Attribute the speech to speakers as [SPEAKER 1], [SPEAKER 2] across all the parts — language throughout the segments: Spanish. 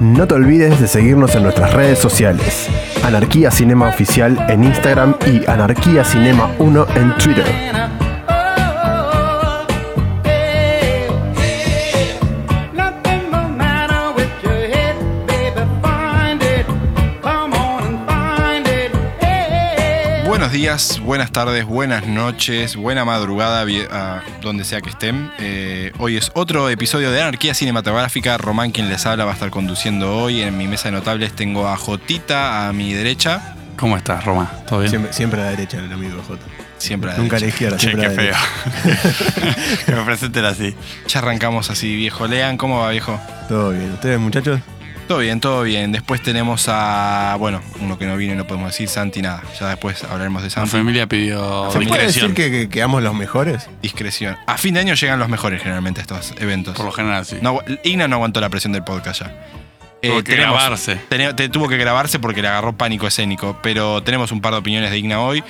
[SPEAKER 1] No te olvides de seguirnos en nuestras redes sociales. Anarquía Cinema Oficial en Instagram y Anarquía Cinema 1 en Twitter.
[SPEAKER 2] Buenos días, buenas tardes, buenas noches, buena madrugada, bien- a donde sea que estén. Eh, hoy es otro episodio de Anarquía Cinematográfica. Román, quien les habla, va a estar conduciendo hoy. En mi mesa de notables tengo a Jotita a mi derecha.
[SPEAKER 3] ¿Cómo estás, Roma? ¿Todo bien?
[SPEAKER 1] Siempre, siempre a la derecha, el amigo J.
[SPEAKER 2] Siempre a la
[SPEAKER 1] Nunca elegí
[SPEAKER 2] derecha.
[SPEAKER 1] a la
[SPEAKER 3] Che,
[SPEAKER 1] siempre a
[SPEAKER 3] qué
[SPEAKER 1] la
[SPEAKER 3] feo.
[SPEAKER 1] derecha.
[SPEAKER 3] que me presenten así.
[SPEAKER 2] Ya arrancamos así, viejo. Lean, ¿cómo va, viejo?
[SPEAKER 1] Todo bien. ¿Ustedes, muchachos?
[SPEAKER 2] Todo bien, todo bien. Después tenemos a. Bueno, uno que no vino, no podemos decir Santi nada. Ya después hablaremos de
[SPEAKER 3] La
[SPEAKER 2] Santi.
[SPEAKER 3] familia pidió
[SPEAKER 1] ¿Se puede decir
[SPEAKER 3] discreción.
[SPEAKER 1] que, que quedamos los mejores?
[SPEAKER 2] Discreción. A fin de año llegan los mejores generalmente a estos eventos.
[SPEAKER 3] Por lo general, sí.
[SPEAKER 2] No, Igna no aguantó la presión del podcast ya. Eh,
[SPEAKER 3] Tuvo que
[SPEAKER 2] tenemos-
[SPEAKER 3] grabarse.
[SPEAKER 2] tene- te- tuvo que grabarse porque le agarró pánico escénico, pero tenemos un par de opiniones de Igna hoy.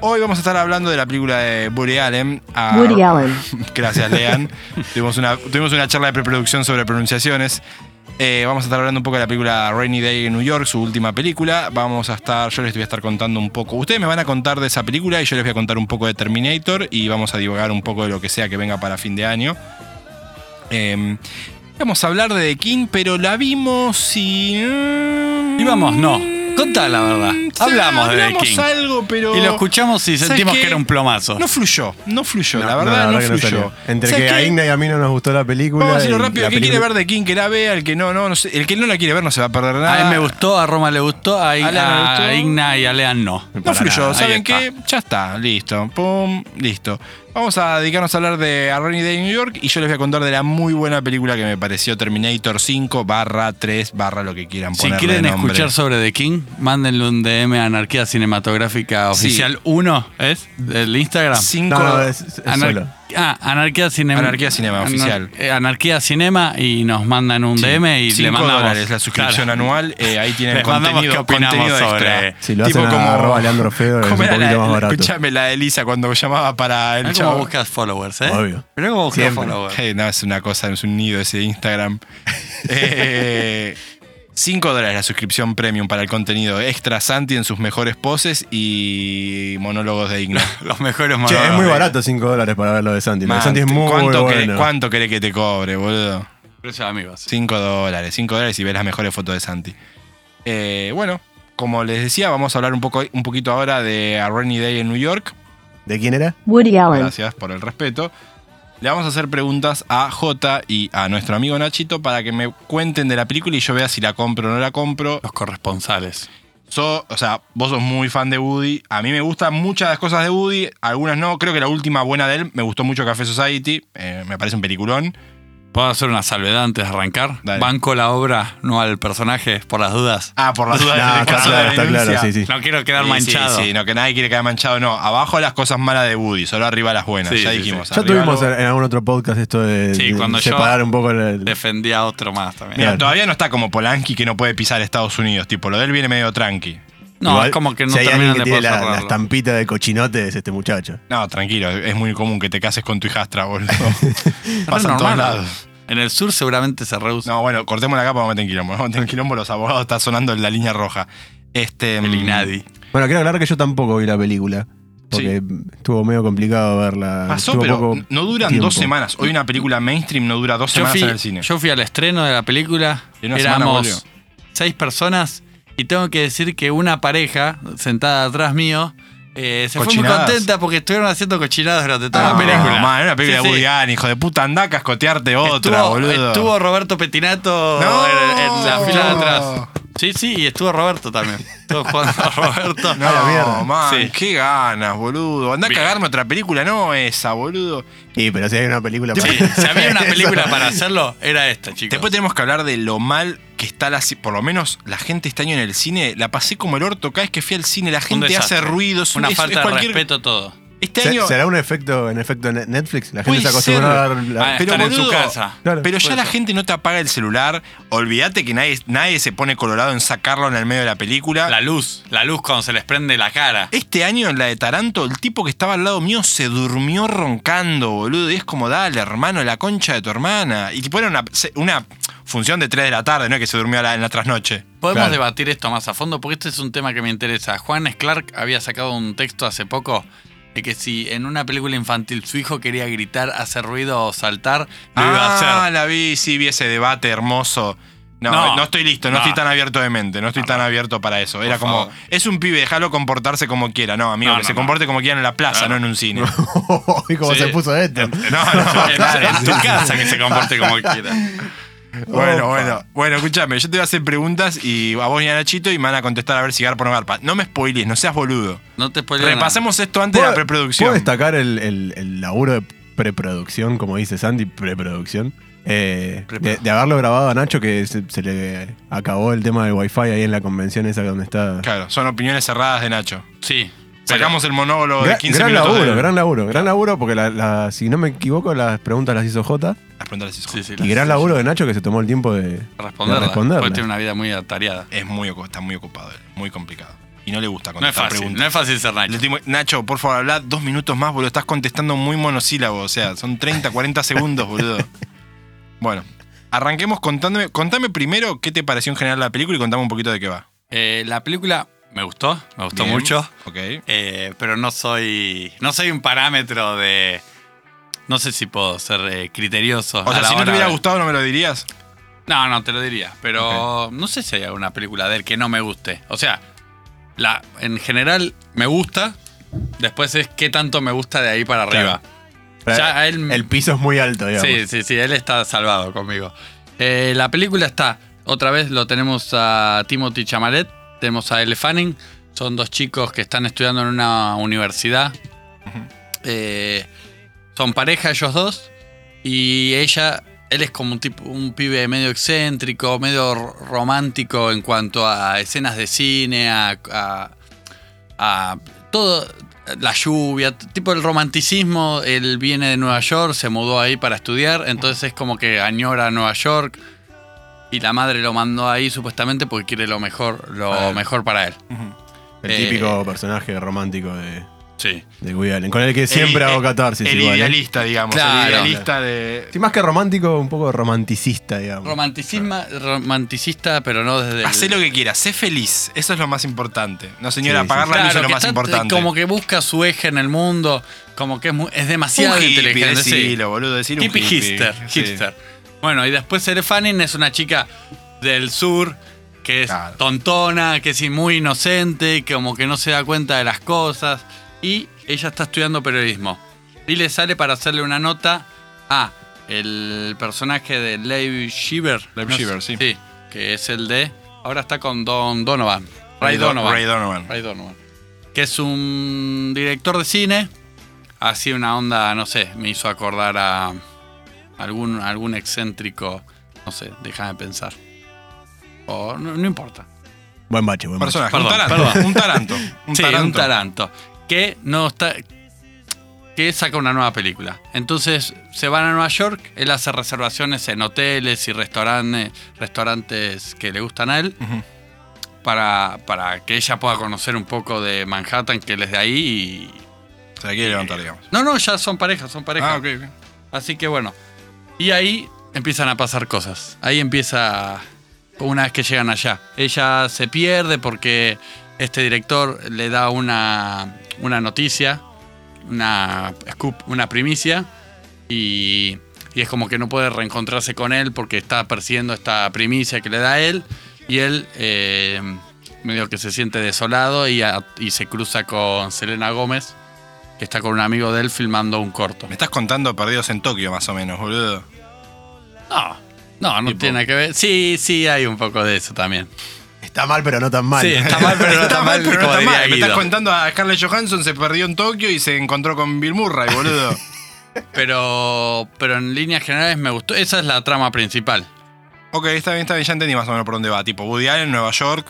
[SPEAKER 2] Hoy vamos a estar hablando de la película de Woody Allen. Ah,
[SPEAKER 4] Woody Allen.
[SPEAKER 2] Gracias, Lean. tuvimos, una, tuvimos una charla de preproducción sobre pronunciaciones. Eh, vamos a estar hablando un poco de la película Rainy Day en New York, su última película. Vamos a estar, yo les voy a estar contando un poco. Ustedes me van a contar de esa película y yo les voy a contar un poco de Terminator y vamos a divagar un poco de lo que sea que venga para fin de año. Eh, íbamos a hablar de The King, pero la vimos y. mm,
[SPEAKER 3] Íbamos, no. Contá la verdad. Hablamos de The King.
[SPEAKER 2] algo, pero.
[SPEAKER 3] Y lo escuchamos y
[SPEAKER 2] ¿Sabes
[SPEAKER 3] sentimos
[SPEAKER 2] qué?
[SPEAKER 3] que era un plomazo.
[SPEAKER 2] No fluyó, no fluyó, la verdad no,
[SPEAKER 1] que
[SPEAKER 2] fluyó.
[SPEAKER 1] salió. Entre
[SPEAKER 2] ¿Sabes
[SPEAKER 1] que a
[SPEAKER 2] qué?
[SPEAKER 1] Igna y a mí no nos gustó la película.
[SPEAKER 2] Vamos a decirlo
[SPEAKER 1] y
[SPEAKER 2] rápido.
[SPEAKER 1] la
[SPEAKER 2] El que quiere
[SPEAKER 1] película-
[SPEAKER 2] ver de King, que la vea. El que no, no, no sé. El que no la quiere ver no se va a perder nada.
[SPEAKER 3] A él me gustó, a Roma le gustó, a, Ig-
[SPEAKER 2] Alan le
[SPEAKER 3] a
[SPEAKER 2] gustó.
[SPEAKER 3] Igna y a Lean no.
[SPEAKER 2] No
[SPEAKER 3] Para nada,
[SPEAKER 2] fluyó.
[SPEAKER 3] ahí
[SPEAKER 2] ¿Saben
[SPEAKER 3] está.
[SPEAKER 2] qué? Ya está, listo. Pum, listo. Vamos a dedicarnos a hablar de A Rainy Day in New York y yo les voy a contar de la muy buena película que me pareció Terminator 5 barra 3 barra lo que quieran
[SPEAKER 3] Si
[SPEAKER 2] ponerle
[SPEAKER 3] quieren
[SPEAKER 2] nombre.
[SPEAKER 3] escuchar sobre The King, mándenle un DM a Anarquía Cinematográfica
[SPEAKER 2] Sí.
[SPEAKER 3] Oficial 1, ¿es? Del Instagram.
[SPEAKER 2] Cinco-
[SPEAKER 1] No, no, es, es
[SPEAKER 3] Anar-
[SPEAKER 1] solo.
[SPEAKER 3] Ah, Anarquía Cinema.
[SPEAKER 2] Anarquía Cinema, oficial.
[SPEAKER 3] eh, Anarquía Cinema y nos mandan un
[SPEAKER 2] Sí,
[SPEAKER 3] DM y
[SPEAKER 2] cinco
[SPEAKER 3] le mandamos.
[SPEAKER 2] dólares la suscripción
[SPEAKER 3] Claro.
[SPEAKER 2] anual. eh, ahí tienen
[SPEAKER 3] Les mandamos
[SPEAKER 2] contenido,
[SPEAKER 3] qué opinamos
[SPEAKER 2] contenido
[SPEAKER 3] sobre-
[SPEAKER 2] extra.
[SPEAKER 1] Si lo hacen a arroba Leandro Feo, es un
[SPEAKER 2] ¿cómo era
[SPEAKER 1] poquito
[SPEAKER 2] la-
[SPEAKER 1] más
[SPEAKER 2] la-
[SPEAKER 1] barato.
[SPEAKER 2] Escuchame la de Elisa cuando llamaba para el
[SPEAKER 3] Mirá
[SPEAKER 2] chavo.
[SPEAKER 3] Ah, cómo buscas followers, ¿eh?
[SPEAKER 1] Obvio.
[SPEAKER 3] Mirá cómo buscas
[SPEAKER 1] Siempre.
[SPEAKER 3] followers.
[SPEAKER 2] Eh, no, es una cosa, es un nido ese de Instagram. Eh, 5 dólares la suscripción premium para el contenido extra Santi en sus mejores poses y monólogos de Igna.
[SPEAKER 3] Los mejores
[SPEAKER 1] Che, es
[SPEAKER 3] monólogos.
[SPEAKER 1] muy barato 5 dólares para ver lo de Santi. Lo de
[SPEAKER 2] Man,
[SPEAKER 1] Santi es muy
[SPEAKER 2] ¿cuánto, querés-
[SPEAKER 1] bueno.
[SPEAKER 2] ¿Cuánto querés que te cobre, boludo?
[SPEAKER 3] Gracias, amigos.
[SPEAKER 2] 5 dólares, 5 dólares y ves las mejores fotos de Santi. Eh, bueno, como les decía, vamos a hablar un, poco, un poquito ahora de A Rainy Day en New York.
[SPEAKER 1] ¿De quién era?
[SPEAKER 4] Woody Allen.
[SPEAKER 2] Gracias por el respeto. Le vamos a hacer preguntas a J y a nuestro amigo Nachito para que me cuenten de la película y yo vea si la compro o no la compro.
[SPEAKER 3] Los corresponsales.
[SPEAKER 2] So- o sea, vos sos muy fan de Woody. A mí me gustan muchas cosas de Woody, algunas no. Creo que la última buena de él me gustó mucho Café Society. eh, me parece un peliculón.
[SPEAKER 3] ¿Puedo hacer una salvedad antes de arrancar?
[SPEAKER 2] Dale.
[SPEAKER 3] Banco la obra, no al personaje, por las dudas.
[SPEAKER 2] Ah, por las
[SPEAKER 1] No,
[SPEAKER 2] dudas de
[SPEAKER 1] está
[SPEAKER 2] caso de
[SPEAKER 1] claro, está
[SPEAKER 2] denuncia.
[SPEAKER 1] claro, sí, sí.
[SPEAKER 3] No quiero quedar
[SPEAKER 2] Sí,
[SPEAKER 3] manchado.
[SPEAKER 2] Sí, sí, no, que nadie quiere quedar manchado. No, abajo las cosas malas de Woody, solo arriba las buenas.
[SPEAKER 3] Sí,
[SPEAKER 2] ya
[SPEAKER 3] sí,
[SPEAKER 2] dijimos.
[SPEAKER 1] Ya
[SPEAKER 2] arriba
[SPEAKER 1] tuvimos
[SPEAKER 2] lo-
[SPEAKER 1] en en algún otro podcast esto de,
[SPEAKER 3] Sí,
[SPEAKER 1] de
[SPEAKER 3] cuando yo-
[SPEAKER 1] separar un poco el,
[SPEAKER 3] Defendí a otro más también.
[SPEAKER 2] Mira,
[SPEAKER 1] Claro.
[SPEAKER 2] todavía no está como Polanski que no puede pisar Estados Unidos. Tipo, lo de él viene medio tranqui.
[SPEAKER 3] no,
[SPEAKER 1] Igual,
[SPEAKER 3] es como que no
[SPEAKER 1] si hay alguien
[SPEAKER 3] terminan
[SPEAKER 1] que
[SPEAKER 3] de
[SPEAKER 1] tiene
[SPEAKER 3] poder
[SPEAKER 1] la, la
[SPEAKER 3] cerrarlo.
[SPEAKER 1] estampita de cochinote es este muchacho.
[SPEAKER 2] No, tranquilo, es muy común que te cases con tu hijastra, boludo.
[SPEAKER 3] Es re
[SPEAKER 2] Pasa en todos
[SPEAKER 3] normal.
[SPEAKER 2] lados.
[SPEAKER 3] En el sur seguramente se rehúsa.
[SPEAKER 2] No, bueno, cortemos la capa, vamos a meter en quilombo. Vamos a meter en quilombo, los abogados está sonando en la línea roja. Este,
[SPEAKER 3] El
[SPEAKER 2] mm,
[SPEAKER 3] Inadi.
[SPEAKER 1] Bueno, quiero aclarar que yo tampoco vi la película. Porque estuvo medio complicado verla.
[SPEAKER 2] Pasó,
[SPEAKER 1] Estuvo
[SPEAKER 2] pero
[SPEAKER 1] poco
[SPEAKER 2] n- no duran
[SPEAKER 1] tiempo.
[SPEAKER 2] dos semanas. Hoy una película mainstream no dura dos
[SPEAKER 3] Yo
[SPEAKER 2] semanas
[SPEAKER 3] fui,
[SPEAKER 2] en el cine.
[SPEAKER 3] yo fui al estreno de la película,
[SPEAKER 2] Y en una semana volvió.
[SPEAKER 3] éramos seis personas y tengo que decir que una pareja sentada atrás mío eh, se fue muy
[SPEAKER 2] Cochinadas.
[SPEAKER 3] contenta porque estuvieron haciendo cochinadas durante toda
[SPEAKER 2] Ah,
[SPEAKER 3] la película.
[SPEAKER 2] man, era una película
[SPEAKER 3] Sí,
[SPEAKER 2] de
[SPEAKER 3] sí.
[SPEAKER 2] Woody Allen, hijo de puta, anda a cascotearte otra,
[SPEAKER 3] estuvo,
[SPEAKER 2] boludo.
[SPEAKER 3] estuvo Roberto Petinato
[SPEAKER 2] No.
[SPEAKER 3] en, en la fila de
[SPEAKER 2] No.
[SPEAKER 3] atrás. Sí, sí, y estuvo Roberto también. Estuvo jugando a Roberto.
[SPEAKER 2] No, man,
[SPEAKER 3] Sí.
[SPEAKER 2] qué ganas, boludo. Anda a
[SPEAKER 3] Bien.
[SPEAKER 2] cagarme otra película, no esa, boludo.
[SPEAKER 1] Sí, pero si hay una película para-
[SPEAKER 3] Sí, si había una
[SPEAKER 1] Eso.
[SPEAKER 3] película para hacerlo, era esta, chicos.
[SPEAKER 2] Después tenemos que hablar de lo mal que está la ci- por lo menos la gente este año en el cine, la pasé como el orto, cada vez que fui al cine la gente hace
[SPEAKER 3] desastre.
[SPEAKER 2] ruidos,
[SPEAKER 3] una falta de respeto todo.
[SPEAKER 2] Este
[SPEAKER 1] Se-
[SPEAKER 2] año
[SPEAKER 1] ¿Será un efecto en efecto ne- Netflix? La gente
[SPEAKER 2] puede
[SPEAKER 1] se
[SPEAKER 2] ser,
[SPEAKER 1] acostumbrada a ver
[SPEAKER 3] Ah,
[SPEAKER 1] la.
[SPEAKER 3] estar en su
[SPEAKER 2] boludo,
[SPEAKER 3] casa.
[SPEAKER 1] Claro,
[SPEAKER 2] pero ya
[SPEAKER 1] puede
[SPEAKER 2] la
[SPEAKER 1] ser.
[SPEAKER 2] gente no te apaga el celular, olvídate que nadie nadie se pone colorado en sacarlo en el medio de la película.
[SPEAKER 3] La luz, la luz cuando se les prende la cara.
[SPEAKER 2] Este año en la de Taranto, el tipo que estaba al lado mío se durmió roncando, boludo. Y es como, dale, hermano, la concha de tu hermana. Y tipo, era una, se- una función de 3 de la tarde, no es que se durmió a la- en la trasnoche.
[SPEAKER 3] Podemos
[SPEAKER 1] Claro.
[SPEAKER 3] debatir esto más a fondo porque este es un tema que me interesa. Juan S. Clark había sacado un texto hace poco de que si en una película infantil su hijo quería gritar, hacer ruido o saltar, lo iba a hacer.
[SPEAKER 2] Ah, la vi, sí, vi ese debate hermoso. No,
[SPEAKER 3] No.
[SPEAKER 2] no, estoy listo, no,
[SPEAKER 3] No. Ah,
[SPEAKER 2] estoy tan abierto de mente, no estoy tan abierto para eso. Era como,
[SPEAKER 3] favor.
[SPEAKER 2] es un pibe, déjalo comportarse como quiera. No, amigo,
[SPEAKER 3] No,
[SPEAKER 2] que
[SPEAKER 3] no,
[SPEAKER 2] se
[SPEAKER 3] no.
[SPEAKER 2] comporte como quiera en la plaza,
[SPEAKER 3] Claro.
[SPEAKER 2] no en un cine.
[SPEAKER 1] y cómo
[SPEAKER 3] Sí.
[SPEAKER 1] se puso esto.
[SPEAKER 2] No, no, claro.
[SPEAKER 3] en tu casa que se comporte como quiera.
[SPEAKER 2] Bueno,
[SPEAKER 1] Opa.
[SPEAKER 2] bueno, bueno, escúchame, yo te voy a hacer preguntas y a vos y a Nachito y me van a contestar a ver si garpa o no garpa. No me spoilies, no seas boludo.
[SPEAKER 3] No te spoileo nada.
[SPEAKER 2] Repasemos esto antes de la preproducción.
[SPEAKER 1] ¿Puedo destacar el, el- el laburo de preproducción, como dice Sandy, preproducción? Eh,
[SPEAKER 2] Preprodu-
[SPEAKER 1] de, de haberlo grabado a Nacho, que se, se le acabó el tema del wifi ahí en la convención esa donde está.
[SPEAKER 2] Claro, son opiniones cerradas de Nacho.
[SPEAKER 3] Sí. pero-
[SPEAKER 2] Sacamos el monólogo de
[SPEAKER 1] Gra-
[SPEAKER 2] 15
[SPEAKER 1] gran
[SPEAKER 2] minutos.
[SPEAKER 1] laburo,
[SPEAKER 2] de-
[SPEAKER 1] gran laburo, gran laburo, porque la- la- si no me equivoco, las preguntas las hizo Jota.
[SPEAKER 2] Las preguntas las hizo
[SPEAKER 3] Sí,
[SPEAKER 2] Juan.
[SPEAKER 3] sí,
[SPEAKER 1] Y gran laburo de Nacho que se tomó el tiempo de.
[SPEAKER 3] Responderla.
[SPEAKER 1] de responderla.
[SPEAKER 3] Porque tiene una vida muy atareada.
[SPEAKER 2] Es muy, ocu- está muy ocupado, él, muy complicado. Y no le gusta
[SPEAKER 3] No es
[SPEAKER 2] contestar
[SPEAKER 3] fácil, no
[SPEAKER 2] preguntas.
[SPEAKER 3] es fácil ser
[SPEAKER 2] Le
[SPEAKER 3] Nacho.
[SPEAKER 2] digo, Nacho, por favor, hablá dos minutos más, boludo. Estás contestando muy monosílabo, o sea, son 30, 40 segundos, boludo. Bueno, arranquemos contándome. Contame primero qué te pareció en general la película y contame un poquito de qué va.
[SPEAKER 3] Eh, la película me gustó, me gustó
[SPEAKER 2] Bien,
[SPEAKER 3] mucho.
[SPEAKER 2] Ok.
[SPEAKER 3] Eh, pero no soy. No soy un parámetro de. No sé si puedo ser eh, criterioso.
[SPEAKER 2] O
[SPEAKER 3] a
[SPEAKER 2] sea,
[SPEAKER 3] la
[SPEAKER 2] si no te
[SPEAKER 3] hora
[SPEAKER 2] hubiera
[SPEAKER 3] de-
[SPEAKER 2] gustado, ¿no me lo dirías?
[SPEAKER 3] No, no, te lo diría. Pero no sé si hay alguna película de él que no me guste. O sea, la, en general me gusta. Después es qué tanto me gusta de ahí para
[SPEAKER 1] Claro.
[SPEAKER 3] arriba. Ya a
[SPEAKER 2] em,
[SPEAKER 3] él-
[SPEAKER 1] El piso es muy alto, digamos.
[SPEAKER 3] Sí, sí, sí, él está salvado conmigo. Eh, la película está, otra vez lo tenemos a Timothy Chamalet, tenemos a Elle Fanning, son dos chicos que están estudiando en una universidad. Eh, son pareja ellos dos y ella, él es como un tipo, un pibe medio excéntrico, medio ro- romántico en cuanto a escenas de cine, a, a- a todo, la lluvia, t- tipo el romanticismo, él viene de Nueva York, se mudó ahí para estudiar, entonces es como que añora Nueva York y la madre lo mandó ahí supuestamente porque quiere lo mejor, lo
[SPEAKER 1] Ah.
[SPEAKER 3] mejor para él.
[SPEAKER 2] Mm.
[SPEAKER 1] El
[SPEAKER 3] Eh,
[SPEAKER 1] típico personaje romántico de,
[SPEAKER 3] Sí.
[SPEAKER 1] de Woody Allen, con el que siempre
[SPEAKER 2] El-
[SPEAKER 1] hago
[SPEAKER 2] el-
[SPEAKER 1] catarsis.
[SPEAKER 2] El
[SPEAKER 1] igual, ¿eh?
[SPEAKER 2] idealista, digamos.
[SPEAKER 3] Claro.
[SPEAKER 2] El idealista de.
[SPEAKER 1] Sí, más que romántico, un poco romanticista, digamos.
[SPEAKER 3] Romanticismo, romanticista, pero no desde el-
[SPEAKER 2] Hacé lo que quieras, sé feliz. Eso es lo más importante. No, señora,
[SPEAKER 1] Sí, sí,
[SPEAKER 2] apagar
[SPEAKER 1] sí.
[SPEAKER 2] la luz es
[SPEAKER 3] Claro,
[SPEAKER 2] lo
[SPEAKER 3] que
[SPEAKER 2] más
[SPEAKER 3] está-
[SPEAKER 2] importante.
[SPEAKER 3] como que busca su eje en el mundo, como que es, mu- es demasiado
[SPEAKER 2] un hippie,
[SPEAKER 3] inteligente. sí.
[SPEAKER 2] decilo, boludo, decir un
[SPEAKER 3] Hippie
[SPEAKER 2] hippie.
[SPEAKER 3] hipster,
[SPEAKER 2] Sí.
[SPEAKER 3] hipster. Bueno, y después Sere Fanning es una chica del sur que es
[SPEAKER 2] Claro.
[SPEAKER 3] tontona, que es muy inocente, que como que no se da cuenta de las cosas. Y ella está estudiando periodismo. Y le sale para hacerle una nota a el personaje de Lev Shiver.
[SPEAKER 2] Liev
[SPEAKER 3] sé-
[SPEAKER 2] Schreiber, sí.
[SPEAKER 3] Sí, que es el de... Ahora está con Don Donovan.
[SPEAKER 2] Ray
[SPEAKER 3] Ray
[SPEAKER 2] Do-
[SPEAKER 3] Donovan.
[SPEAKER 2] Ray Donovan.
[SPEAKER 3] Ray Donovan. Que es un director de cine. Así una onda, no sé, me hizo acordar a algún, algún excéntrico. No sé, déjame pensar. O no, no importa.
[SPEAKER 1] Buen bache, buen bache.
[SPEAKER 2] Personaje, un
[SPEAKER 3] Perdón,
[SPEAKER 2] taranto.
[SPEAKER 3] perdón.
[SPEAKER 2] Un taranto. Un
[SPEAKER 3] sí,
[SPEAKER 2] taranto.
[SPEAKER 3] un taranto. Que no está. Que saca una nueva película. Entonces se van a Nueva York. Él hace reservaciones en hoteles y restaurantes, restaurantes que le gustan a él.
[SPEAKER 2] Ujú.
[SPEAKER 3] Para, para que ella pueda conocer un poco de Manhattan, que él es de ahí. y-
[SPEAKER 2] Se la quiere levantar, digamos.
[SPEAKER 3] No, no, ya son parejas, son parejas.
[SPEAKER 2] Ah, ok, ok.
[SPEAKER 3] Así que bueno. Y ahí empiezan a pasar cosas. Ahí empieza una vez que llegan allá. Ella se pierde porque este director le da una, una noticia, una, scoop, una primicia, y, y es como que no puede reencontrarse con él porque está persiguiendo esta primicia que le da él, y él eh, medio que se siente desolado y, a- y se cruza con Selena Gómez, que está con un amigo de él filmando un corto.
[SPEAKER 2] Me estás contando perdidos en Tokio, más o menos, boludo.
[SPEAKER 3] No, no, no
[SPEAKER 2] Tipo-
[SPEAKER 3] tiene nada que ver. Sí, sí, hay un poco de eso también.
[SPEAKER 1] Está mal, pero no tan mal.
[SPEAKER 3] Sí, está mal, pero no está mal.
[SPEAKER 2] pero no
[SPEAKER 3] como
[SPEAKER 2] está
[SPEAKER 3] diría
[SPEAKER 2] mal. Me estás
[SPEAKER 3] Guido.
[SPEAKER 2] contando a Scarlett Johansson se perdió en Tokio y se encontró con Bill Murray, boludo.
[SPEAKER 3] Pero, pero en líneas generales me gustó. Esa es la trama principal.
[SPEAKER 2] ok, está bien, está bien. Ya entendí más o menos por dónde va. Tipo, Woody Allen, Nueva York,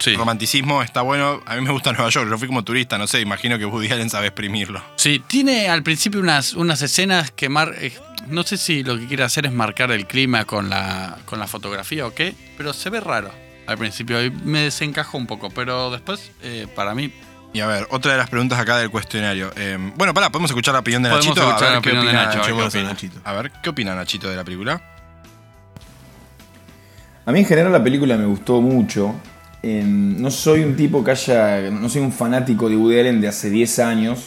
[SPEAKER 3] Sí.
[SPEAKER 2] romanticismo, está bueno. A mí me gusta Nueva York. Yo fui como turista, no sé. Imagino que Woody Allen sabe exprimirlo.
[SPEAKER 3] Sí, tiene al principio unas, unas escenas que mar... eh, no sé si lo que quiere hacer es marcar el clima con la, con la fotografía o qué, pero se ve raro al principio y me desencajó un poco, pero después eh, para mí
[SPEAKER 2] Y a ver, otra de las preguntas acá del cuestionario. Eh, bueno, pará, podemos escuchar la opinión de
[SPEAKER 3] Podemos
[SPEAKER 2] Nachito.
[SPEAKER 3] escuchar
[SPEAKER 2] a ver
[SPEAKER 3] la
[SPEAKER 2] qué
[SPEAKER 3] opinión de
[SPEAKER 2] opina
[SPEAKER 3] Nacho, a ver qué
[SPEAKER 1] Llevamos a
[SPEAKER 3] opina.
[SPEAKER 1] Nachito.
[SPEAKER 2] A ver, ¿qué opina Nachito de la película?
[SPEAKER 4] A mí en general la película me gustó mucho. Eh, no soy un tipo que haya. No soy un fanático de Woody Allen de hace 10 años.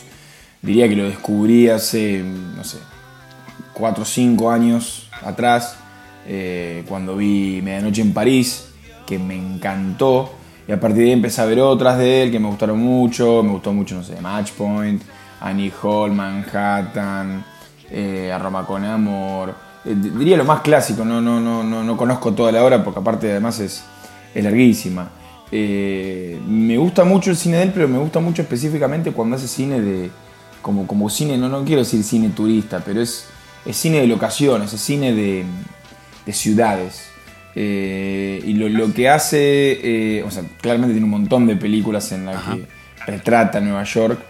[SPEAKER 4] Diría que lo descubrí hace, no sé, 4 o 5 años atrás, eh, cuando vi Medianoche en París, que me encantó. Y a partir de ahí empecé a ver otras de él que me gustaron mucho. Me gustó mucho, no sé, Matchpoint, Annie Hall, Manhattan, eh, Aroma con Amor. Eh, d- diría lo más clásico, no, no, no, no, no conozco toda la obra porque aparte además es, es larguísima. Eh, me gusta mucho el cine de él, pero me gusta mucho específicamente cuando hace cine de. como, como cine, no, no quiero decir cine turista, pero es, es cine de locaciones, es cine de, de ciudades. Eh, y lo, lo que hace. eh, o sea, claramente tiene un montón de películas en las que retrata Nueva York.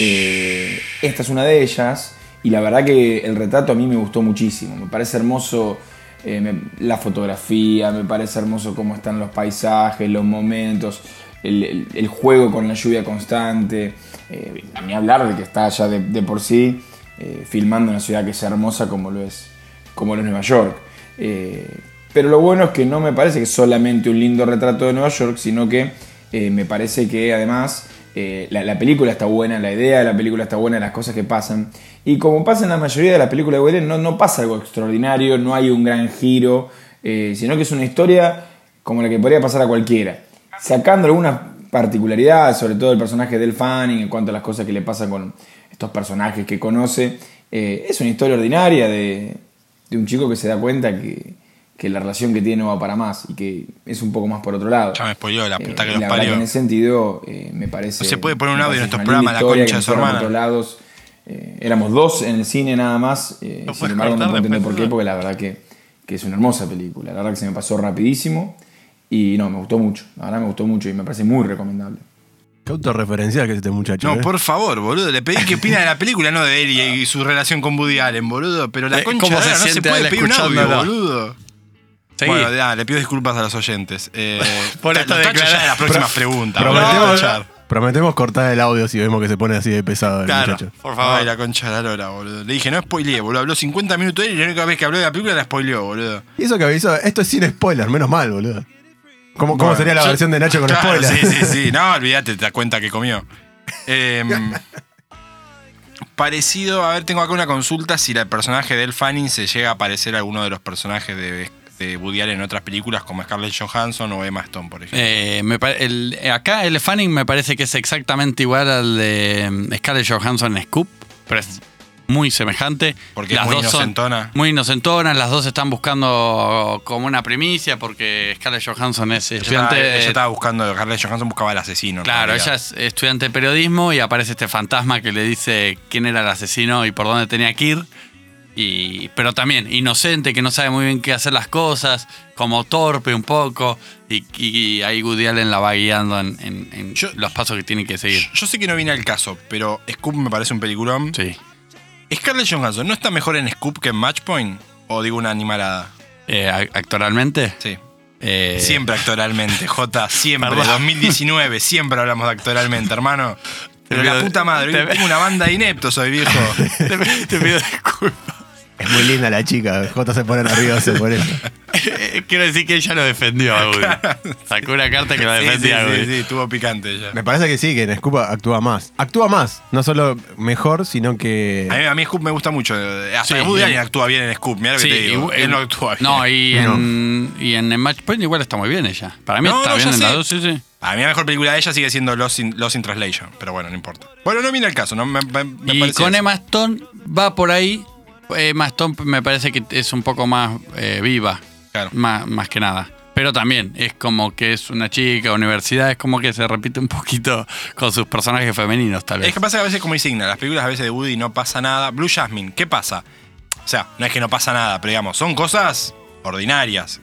[SPEAKER 4] Eh, esta es una de ellas. Y la verdad que el retrato a mí me gustó muchísimo. Me parece hermoso eh, me- la fotografía, me parece hermoso cómo están los paisajes, los momentos, el, el- el juego con la lluvia constante. Eh, ni hablar de que está ya de, de por sí eh, filmando una ciudad que es hermosa como lo es, como lo es Nueva York. Eh, pero lo bueno es que no me parece que es solamente un lindo retrato de Nueva York, sino que eh, me parece que además eh, la, la película está buena, la idea de la película está buena, las cosas que pasan. Y como pasa en la mayoría de las películas de Woody Allen, no, no pasa algo extraordinario, no hay un gran giro, eh, sino que es una historia como la que podría pasar a cualquiera. Sacando algunas particularidades, sobre todo el personaje del Fanning, en cuanto a las cosas que le pasan con estos personajes que conoce, eh, es una historia ordinaria de, de un chico que se da cuenta que, que la relación que tiene no va para más y que es un poco más por otro lado.
[SPEAKER 2] Ya me spoileó la
[SPEAKER 4] Eh,
[SPEAKER 2] puta que
[SPEAKER 4] y
[SPEAKER 2] los
[SPEAKER 4] la verdad que
[SPEAKER 2] parió.
[SPEAKER 4] en ese sentido, eh, me parece.
[SPEAKER 2] No se puede poner un
[SPEAKER 4] me
[SPEAKER 2] audio en
[SPEAKER 4] parece
[SPEAKER 2] estos
[SPEAKER 4] una
[SPEAKER 2] programas, la
[SPEAKER 4] linda historia
[SPEAKER 2] concha
[SPEAKER 4] que
[SPEAKER 2] de su
[SPEAKER 4] fueron a
[SPEAKER 2] hermana.
[SPEAKER 4] otros lados. Eh, éramos dos en el cine nada más. eh,
[SPEAKER 3] Lo
[SPEAKER 4] sin
[SPEAKER 3] puedes
[SPEAKER 4] embargo, no
[SPEAKER 3] cortar
[SPEAKER 4] puedo entender
[SPEAKER 3] después,
[SPEAKER 4] por qué,
[SPEAKER 3] ¿no?
[SPEAKER 4] porque la verdad que, que es una hermosa película. La verdad que se me pasó rapidísimo. Y no, me gustó mucho. La verdad me gustó mucho y me parece muy recomendable.
[SPEAKER 1] Qué autorreferencial que es este muchacho.
[SPEAKER 2] No,
[SPEAKER 1] eh.
[SPEAKER 2] por favor, boludo. Le pedí que opina de la película, no de él y, y su relación con Woody Allen, boludo. Pero la
[SPEAKER 3] Eh,
[SPEAKER 2] concha
[SPEAKER 3] ¿cómo
[SPEAKER 2] de
[SPEAKER 3] se
[SPEAKER 2] la lora no se
[SPEAKER 3] siente
[SPEAKER 2] puede
[SPEAKER 3] él
[SPEAKER 2] pedir un audio,
[SPEAKER 3] escuchándolo?
[SPEAKER 2] boludo.
[SPEAKER 3] Seguí.
[SPEAKER 2] Bueno, ya, le pido disculpas a los oyentes. Eh,
[SPEAKER 3] Por
[SPEAKER 2] ta-
[SPEAKER 3] esta
[SPEAKER 2] los tachos ya
[SPEAKER 3] declaración.
[SPEAKER 2] de las próximas preguntas.
[SPEAKER 1] Pero
[SPEAKER 2] boludo.
[SPEAKER 1] me tengo-
[SPEAKER 2] Tachar.
[SPEAKER 1] Prometemos cortar el audio si vemos que se pone así de pesado el
[SPEAKER 3] Claro,
[SPEAKER 1] muchacho.
[SPEAKER 3] por favor.
[SPEAKER 2] Ay, la concha de la lora, boludo. Le dije, no spoileé, boludo. Habló 50 minutos él y la única vez que habló de la película la spoileó, boludo.
[SPEAKER 1] Y eso que avisó, esto es sin spoiler, menos mal, boludo. ¿Cómo, cómo
[SPEAKER 2] Bueno,
[SPEAKER 1] sería la
[SPEAKER 2] yo-
[SPEAKER 1] versión de Nacho con
[SPEAKER 2] Claro,
[SPEAKER 1] spoiler?
[SPEAKER 2] Sí, sí, sí. No, olvídate, te das cuenta que comió. Em, parecido, a ver, tengo acá una consulta si el personaje de El Fanning se llega a parecer a alguno de los personajes de, de Woody Allen en otras películas como Scarlett Johansson o Emma Stone, por ejemplo.
[SPEAKER 3] Eh, me pa- el- eh, acá el Fanning me parece que es exactamente igual al de mm, Scarlett Johansson en Scoop, pero es muy semejante.
[SPEAKER 2] Porque es muy
[SPEAKER 3] son
[SPEAKER 2] inocentona.
[SPEAKER 3] muy inocentonas, las dos están buscando como una primicia porque Scarlett Johansson es estudiante.
[SPEAKER 2] ella,
[SPEAKER 3] de-
[SPEAKER 2] estaba buscando, Scarlett Johansson buscaba al asesino. en
[SPEAKER 3] Claro,
[SPEAKER 2] realidad.
[SPEAKER 3] ella es estudiante de periodismo y aparece este fantasma que le dice quién era el asesino y por dónde tenía que ir. Y, pero también inocente, que no sabe muy bien qué hacer las cosas, como torpe un poco. Y, y ahí Woody Allen la va guiando en, en- en
[SPEAKER 2] Yo-
[SPEAKER 3] los pasos que tiene que seguir.
[SPEAKER 2] Yo- Yo sé que no viene al caso, pero Scoop me parece un peliculón.
[SPEAKER 3] Sí.
[SPEAKER 2] Scarlett Johansson, ¿no está mejor en Scoop que en Matchpoint? ¿O digo una animalada?
[SPEAKER 3] Eh, a- actoralmente.
[SPEAKER 2] Sí.
[SPEAKER 3] eh,
[SPEAKER 2] Siempre actoralmente, J, siempre.
[SPEAKER 3] Perdón.
[SPEAKER 2] 2019, siempre hablamos de actoralmente, hermano. Pero la
[SPEAKER 3] pido-
[SPEAKER 2] puta madre,
[SPEAKER 3] te-
[SPEAKER 2] tengo una banda de ineptos soy viejo.
[SPEAKER 3] Te, te pido disculpas.
[SPEAKER 1] Es muy linda la chica, J se pone nervioso por eso.
[SPEAKER 3] Quiero decir que ella lo defendió a Woody. Sacó una carta que lo
[SPEAKER 2] Sí, sí,
[SPEAKER 3] defendía a eh.
[SPEAKER 2] sí,
[SPEAKER 3] Woody.
[SPEAKER 2] sí, estuvo picante ya.
[SPEAKER 1] Me parece que sí, que en Scoop actúa más. Actúa más, no solo mejor, sino que.
[SPEAKER 2] A mí, a mí Scoop me gusta mucho. Hasta
[SPEAKER 3] Sí,
[SPEAKER 2] Woody
[SPEAKER 3] y-
[SPEAKER 2] Allen actúa bien en Scoop, mira lo que
[SPEAKER 3] Sí,
[SPEAKER 2] te digo.
[SPEAKER 3] y-
[SPEAKER 2] Él
[SPEAKER 3] y-
[SPEAKER 2] no actúa bien.
[SPEAKER 3] No, y
[SPEAKER 1] No.
[SPEAKER 3] en, y en el Matchpoint igual está muy bien ella. Para mí
[SPEAKER 2] No,
[SPEAKER 3] está
[SPEAKER 2] no,
[SPEAKER 3] bien
[SPEAKER 2] ya
[SPEAKER 3] en la
[SPEAKER 2] sé.
[SPEAKER 3] dos, sí, sí.
[SPEAKER 2] A mí la mejor película de ella sigue siendo Lost in, Lost in Translation, pero bueno, no importa. Bueno, no viene al caso, no me, me- me
[SPEAKER 3] y
[SPEAKER 2] parecía
[SPEAKER 3] con
[SPEAKER 2] eso.
[SPEAKER 3] Emma Stone va por ahí. Emma Stone me parece que es un poco más eh, viva,
[SPEAKER 2] Claro.
[SPEAKER 3] más, más que nada. Pero también es como que es una chica, universidad, es como que se repite un poquito con sus personajes femeninos, tal vez.
[SPEAKER 2] Es que pasa que a veces como insignia, las películas a veces de Woody no pasa nada. Blue Jasmine, ¿qué pasa? O sea, no es que no pasa nada, pero digamos, son cosas ordinarias,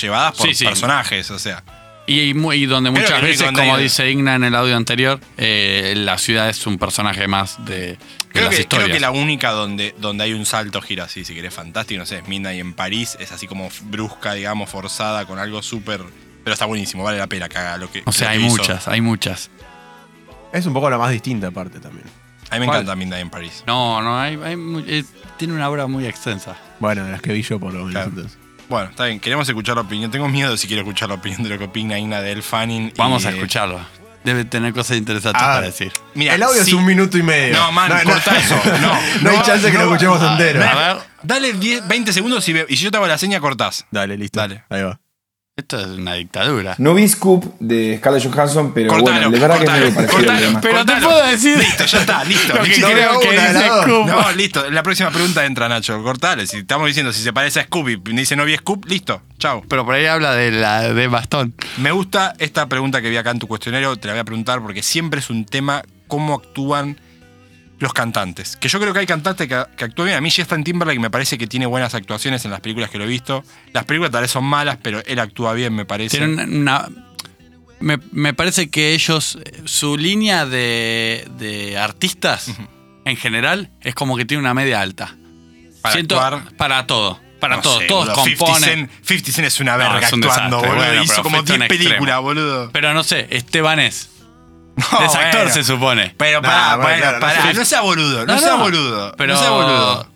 [SPEAKER 2] llevadas por
[SPEAKER 3] Sí, sí.
[SPEAKER 2] personajes, o sea.
[SPEAKER 3] y, y mu- y donde
[SPEAKER 2] Creo
[SPEAKER 3] muchas
[SPEAKER 2] que el único
[SPEAKER 3] veces,
[SPEAKER 2] donde-
[SPEAKER 3] como dice Igna en el audio anterior, eh, la ciudad es un personaje más de, de
[SPEAKER 2] Creo
[SPEAKER 3] las
[SPEAKER 2] que, creo
[SPEAKER 3] historias.
[SPEAKER 2] que la única donde, donde hay un salto gira así, si querés, fantástico, no sé, es Midnight en París, es así como brusca, digamos, forzada, con algo súper... Pero está buenísimo, vale la pena que haga lo que
[SPEAKER 3] O sea,
[SPEAKER 2] lo
[SPEAKER 3] hay
[SPEAKER 2] que hizo.
[SPEAKER 3] muchas, hay muchas.
[SPEAKER 1] Es un poco la más distinta, aparte también.
[SPEAKER 2] A mí me
[SPEAKER 3] ¿Cuál?
[SPEAKER 2] encanta Midnight en París.
[SPEAKER 3] No, no, hay, hay mu- eh, tiene una obra muy extensa.
[SPEAKER 1] Bueno, de las que vi yo por lo menos.
[SPEAKER 2] Claro.
[SPEAKER 1] entonces.
[SPEAKER 2] Bueno, está bien, queremos escuchar la opinión. Tengo miedo si quiero escuchar la opinión de lo que opina Ina de El Fanning. y,
[SPEAKER 3] Vamos a
[SPEAKER 2] eh,
[SPEAKER 3] escucharlo. Debe tener cosas interesantes
[SPEAKER 1] Ah.
[SPEAKER 3] para decir.
[SPEAKER 2] Mira,
[SPEAKER 1] el audio
[SPEAKER 2] sí.
[SPEAKER 1] es un minuto y medio.
[SPEAKER 2] No, man, corta eso. No,
[SPEAKER 1] no hay chance que
[SPEAKER 2] no,
[SPEAKER 1] lo escuchemos
[SPEAKER 2] no,
[SPEAKER 1] entero.
[SPEAKER 2] no.
[SPEAKER 3] A ver,
[SPEAKER 2] Dale 10, 20 segundos y, ve- y si yo te hago la seña, cortás.
[SPEAKER 1] Dale, listo.
[SPEAKER 2] Dale.
[SPEAKER 1] Ahí va.
[SPEAKER 3] esto es una dictadura.
[SPEAKER 4] No vi Scoop de Scarlett Johansson, pero
[SPEAKER 2] Cortalo,
[SPEAKER 4] bueno, de verdad
[SPEAKER 2] cortalo,
[SPEAKER 4] que me pareció
[SPEAKER 2] cortalo,
[SPEAKER 4] el demás.
[SPEAKER 2] pero- Cortalo.
[SPEAKER 3] decir.
[SPEAKER 2] Listo, ya está, listo.
[SPEAKER 3] Lo que
[SPEAKER 2] Listo.
[SPEAKER 3] creo que
[SPEAKER 1] una de
[SPEAKER 3] dice
[SPEAKER 1] las dos.
[SPEAKER 3] Scoop.
[SPEAKER 2] No, listo. La próxima pregunta entra, Nacho. Cortale. Si estamos diciendo si se parece a Scoop y me dice no vi Scoop, listo. Chao.
[SPEAKER 3] Pero por ahí habla de la de bastón.
[SPEAKER 2] Me gusta esta pregunta que vi acá en tu cuestionario, te la voy a preguntar porque siempre es un tema cómo actúan los cantantes. Que yo creo que hay cantantes que, que actúan bien. A mí Justin Timberlake me parece que tiene buenas actuaciones en las películas que lo he visto. Las películas tal vez son malas, pero él actúa bien, me parece.
[SPEAKER 3] Tienen una. Me, me parece que ellos. Su línea de, de artistas en general es como que tiene una media alta.
[SPEAKER 2] Para actuar-
[SPEAKER 3] para todo. Para
[SPEAKER 2] No
[SPEAKER 3] todo.
[SPEAKER 2] sé,
[SPEAKER 3] todos
[SPEAKER 2] boludo. 50
[SPEAKER 3] componen.
[SPEAKER 2] Cent, 50 Cent es una
[SPEAKER 3] No,
[SPEAKER 2] verga
[SPEAKER 3] es un
[SPEAKER 2] actuando,
[SPEAKER 3] desastre.
[SPEAKER 2] boludo.
[SPEAKER 3] Bueno,
[SPEAKER 2] Hizo
[SPEAKER 3] pero
[SPEAKER 2] como
[SPEAKER 3] fuiste
[SPEAKER 2] 10
[SPEAKER 3] un extremo.
[SPEAKER 2] películas, boludo.
[SPEAKER 3] Pero no sé, Estebanés.
[SPEAKER 2] No,
[SPEAKER 3] es actor,
[SPEAKER 2] Oh, bueno.
[SPEAKER 3] se supone.
[SPEAKER 2] Pero
[SPEAKER 1] No,
[SPEAKER 2] pará,
[SPEAKER 1] bueno,
[SPEAKER 2] pará,
[SPEAKER 1] claro, no
[SPEAKER 2] pará.
[SPEAKER 1] sé.
[SPEAKER 2] No sea boludo, no,
[SPEAKER 3] No,
[SPEAKER 2] sea
[SPEAKER 3] no,
[SPEAKER 2] boludo.
[SPEAKER 3] pero-
[SPEAKER 2] No sea boludo.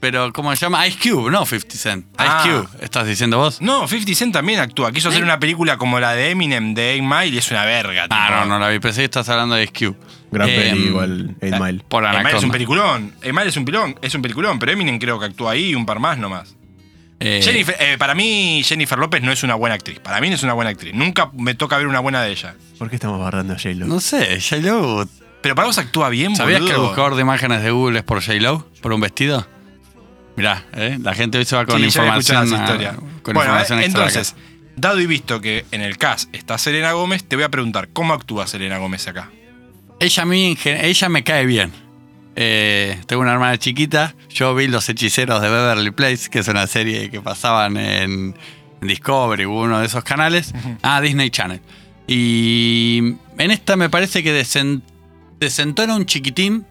[SPEAKER 3] Pero, ¿cómo se llama? Ice Cube, no 50 Cent. Ice
[SPEAKER 2] Ah.
[SPEAKER 3] Cube, ¿estás diciendo vos?
[SPEAKER 2] No, 50 Cent también actúa. Quiso hacer una película como la de Eminem de 8 Mile y es una verga.
[SPEAKER 3] Ah,
[SPEAKER 2] tipo.
[SPEAKER 3] no, no la vi. Pensé que estás hablando de Ice Cube.
[SPEAKER 1] Gran
[SPEAKER 3] Eh,
[SPEAKER 1] peli igual, 8 Mile.
[SPEAKER 2] Eight
[SPEAKER 3] Por
[SPEAKER 2] Mile Eh, es un
[SPEAKER 3] Anaconda.
[SPEAKER 2] peliculón. 8 Mile es un pilón, es un peliculón, pero Eminem creo que actúa ahí y un par más nomás.
[SPEAKER 3] Eh,
[SPEAKER 2] Jennifer, eh, para mí, Jennifer López no es una buena actriz. Para mí no es una buena actriz. Nunca me toca ver una buena de ella.
[SPEAKER 1] ¿Por qué estamos barrando a J-Lo?
[SPEAKER 3] No sé, J-Lo.
[SPEAKER 2] Pero para vos actúa bien,
[SPEAKER 3] ¿Sabías que el
[SPEAKER 2] boludo?
[SPEAKER 3] buscador de imágenes de Google es por J-Lo? ¿Por un vestido? Mirá, ¿eh? la gente hoy se va con
[SPEAKER 2] Sí, ya había escuchado
[SPEAKER 3] información.
[SPEAKER 2] esa
[SPEAKER 3] ah,
[SPEAKER 2] historia.
[SPEAKER 3] Con
[SPEAKER 2] bueno,
[SPEAKER 3] información
[SPEAKER 2] eh,
[SPEAKER 3] extra de
[SPEAKER 2] entonces, dado y visto que en el cast está Selena Gómez, te voy a preguntar, ¿cómo actúa Selena Gómez acá?
[SPEAKER 3] acá. Ella, a mí en gen- ella me cae bien. Eh, tengo una hermana chiquita. Yo vi Los Hechiceros de Beverly Place, que es una serie que pasaban en Discovery, uno de esos canales. Ah, Disney Channel. Y en esta me parece que desen- desentona un chiquitín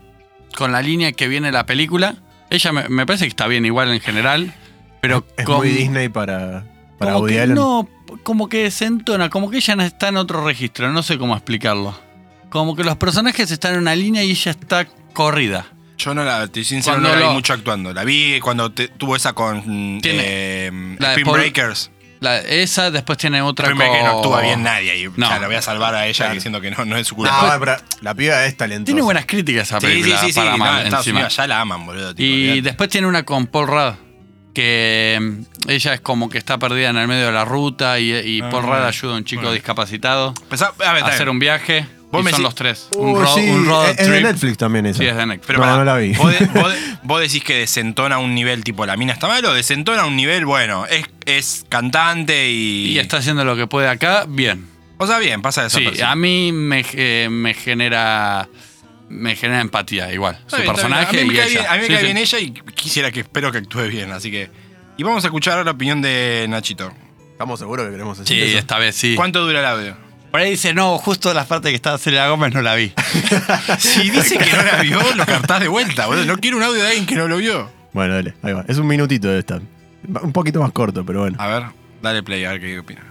[SPEAKER 3] con la línea que viene la película. Ella me, me parece que está bien igual en general, pero
[SPEAKER 1] Es
[SPEAKER 3] con-
[SPEAKER 1] muy Disney para, para
[SPEAKER 3] como
[SPEAKER 1] Woody
[SPEAKER 3] que
[SPEAKER 1] Allen.
[SPEAKER 3] No, como que se entona, como que ella no está en otro registro, no sé cómo explicarlo. Como que los personajes están en una línea y ella está corrida.
[SPEAKER 2] Yo no la, estoy sincero,
[SPEAKER 3] Cuando
[SPEAKER 2] no la vi
[SPEAKER 3] lo-
[SPEAKER 2] mucho actuando. La vi cuando te- tuvo esa con mm,
[SPEAKER 3] Tiene-
[SPEAKER 2] eh,
[SPEAKER 3] la de
[SPEAKER 2] Spring
[SPEAKER 3] Paul-
[SPEAKER 2] Breakers.
[SPEAKER 3] La- esa después tiene otra
[SPEAKER 2] Spring Breakers no
[SPEAKER 3] co-
[SPEAKER 2] actúa bien nadie. Y,
[SPEAKER 3] No.
[SPEAKER 2] O sea, la voy a salvar a ella
[SPEAKER 1] Claro.
[SPEAKER 2] diciendo que no, no es su
[SPEAKER 1] No,
[SPEAKER 2] culpa.
[SPEAKER 1] Ah, pero la piba es talentosa.
[SPEAKER 3] Tiene buenas críticas esa
[SPEAKER 2] sí, sí,
[SPEAKER 3] película.
[SPEAKER 2] sí, sí.
[SPEAKER 3] para
[SPEAKER 2] no,
[SPEAKER 3] mal,
[SPEAKER 2] en Estados
[SPEAKER 3] encima.
[SPEAKER 2] Unidos ya la aman, boludo. tipo,
[SPEAKER 3] Y
[SPEAKER 2] olvidate.
[SPEAKER 3] después tiene una con Paul Rudd, que mm, ella es como que está perdida en el medio de la ruta y, y
[SPEAKER 2] Ah,
[SPEAKER 3] Paul Rudd ayuda a un chico
[SPEAKER 2] bueno.
[SPEAKER 3] discapacitado
[SPEAKER 2] Pensá- a ver,
[SPEAKER 3] a
[SPEAKER 2] está
[SPEAKER 3] hacer
[SPEAKER 2] bien.
[SPEAKER 3] un viaje.
[SPEAKER 2] Vos
[SPEAKER 3] y
[SPEAKER 2] me
[SPEAKER 3] son
[SPEAKER 2] decís-
[SPEAKER 3] los tres.
[SPEAKER 1] Uy,
[SPEAKER 3] un, ro-
[SPEAKER 1] sí,
[SPEAKER 3] un road
[SPEAKER 1] es, es de
[SPEAKER 3] trip.
[SPEAKER 1] Netflix también esa.
[SPEAKER 3] Sí, es de Netflix.
[SPEAKER 2] Pero
[SPEAKER 1] no,
[SPEAKER 2] pará,
[SPEAKER 1] no la vi.
[SPEAKER 2] Vos, de- vos de- vos decís que desentona a un nivel tipo la mina está mal o desentona a un nivel, bueno, es, es cantante y.
[SPEAKER 3] Y está haciendo lo que puede acá, bien.
[SPEAKER 2] O sea, bien, pasa esa
[SPEAKER 3] Sí, a mí me, eh, me genera me genera empatía igual. Su personaje
[SPEAKER 2] a mí me
[SPEAKER 3] y
[SPEAKER 2] cae,
[SPEAKER 3] ella.
[SPEAKER 2] bien, a mí me
[SPEAKER 3] Sí,
[SPEAKER 2] cae
[SPEAKER 3] sí.
[SPEAKER 2] bien ella y quisiera que espero que actúe bien, así que. Y vamos a escuchar ahora la opinión de Nachito.
[SPEAKER 1] Estamos seguros que queremos hacer
[SPEAKER 3] Sí,
[SPEAKER 1] eso.
[SPEAKER 3] esta vez sí.
[SPEAKER 2] ¿Cuánto dura el audio?
[SPEAKER 3] Por ahí dice, no, justo la parte que estaba Celia Gómez no la vi.
[SPEAKER 2] Si dice que no la vio, lo cartás de vuelta, boludo. No quiero un audio de alguien que no lo vio.
[SPEAKER 1] Bueno, dale, ahí va. Es un minutito de esta. Va- Un poquito más corto, pero
[SPEAKER 3] Ah.
[SPEAKER 1] bueno.
[SPEAKER 2] A ver, dale play, a ver qué opina.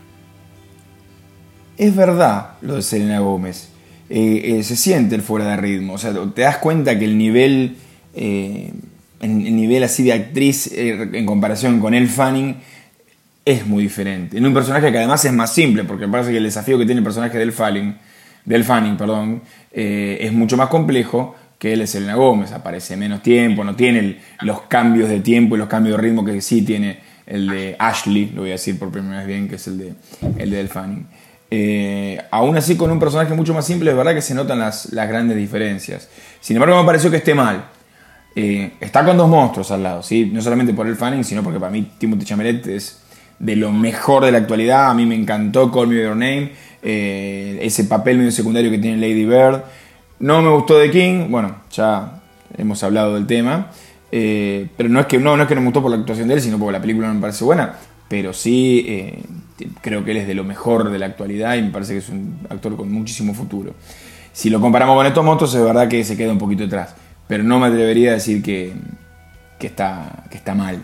[SPEAKER 4] Es verdad lo de Selena Gómez. Eh, eh, se siente el fuera de ritmo. O sea, te das cuenta que el nivel. eh, en- el nivel así de actriz eh, en comparación con El Fanning es muy diferente. En un personaje que además es más simple, porque me parece que el desafío que tiene el personaje del Fanning, del Fanning perdón, eh, es mucho más complejo que él es Selena Gómez. Aparece menos tiempo, no tiene el- los cambios de tiempo y los cambios de ritmo que sí tiene el de Ashley, lo voy a decir por primera vez bien, que es el de, el del Fanning. Eh, aún así, con un personaje mucho más simple, es verdad que se notan las, las grandes diferencias. Sin embargo, me pareció que esté mal. Eh, está con dos monstruos al lado, ¿sí? No solamente por el fanning, sino porque para mí Timothy Chalamet es de lo mejor de la actualidad. A mí me encantó Call Me By Your Name, eh, ese papel medio secundario que tiene Lady Bird. No me gustó The King, bueno, ya hemos hablado del tema. Eh, pero no es, que, no, no es que no me gustó por la actuación de él, sino porque la película no me parece buena. Pero sí, eh, creo que él es de lo mejor de la actualidad y me parece que es un actor con muchísimo futuro. Si lo comparamos con estos monstruos, es verdad que se queda un poquito atrás. Pero no me atrevería a decir que, que, está, que está mal.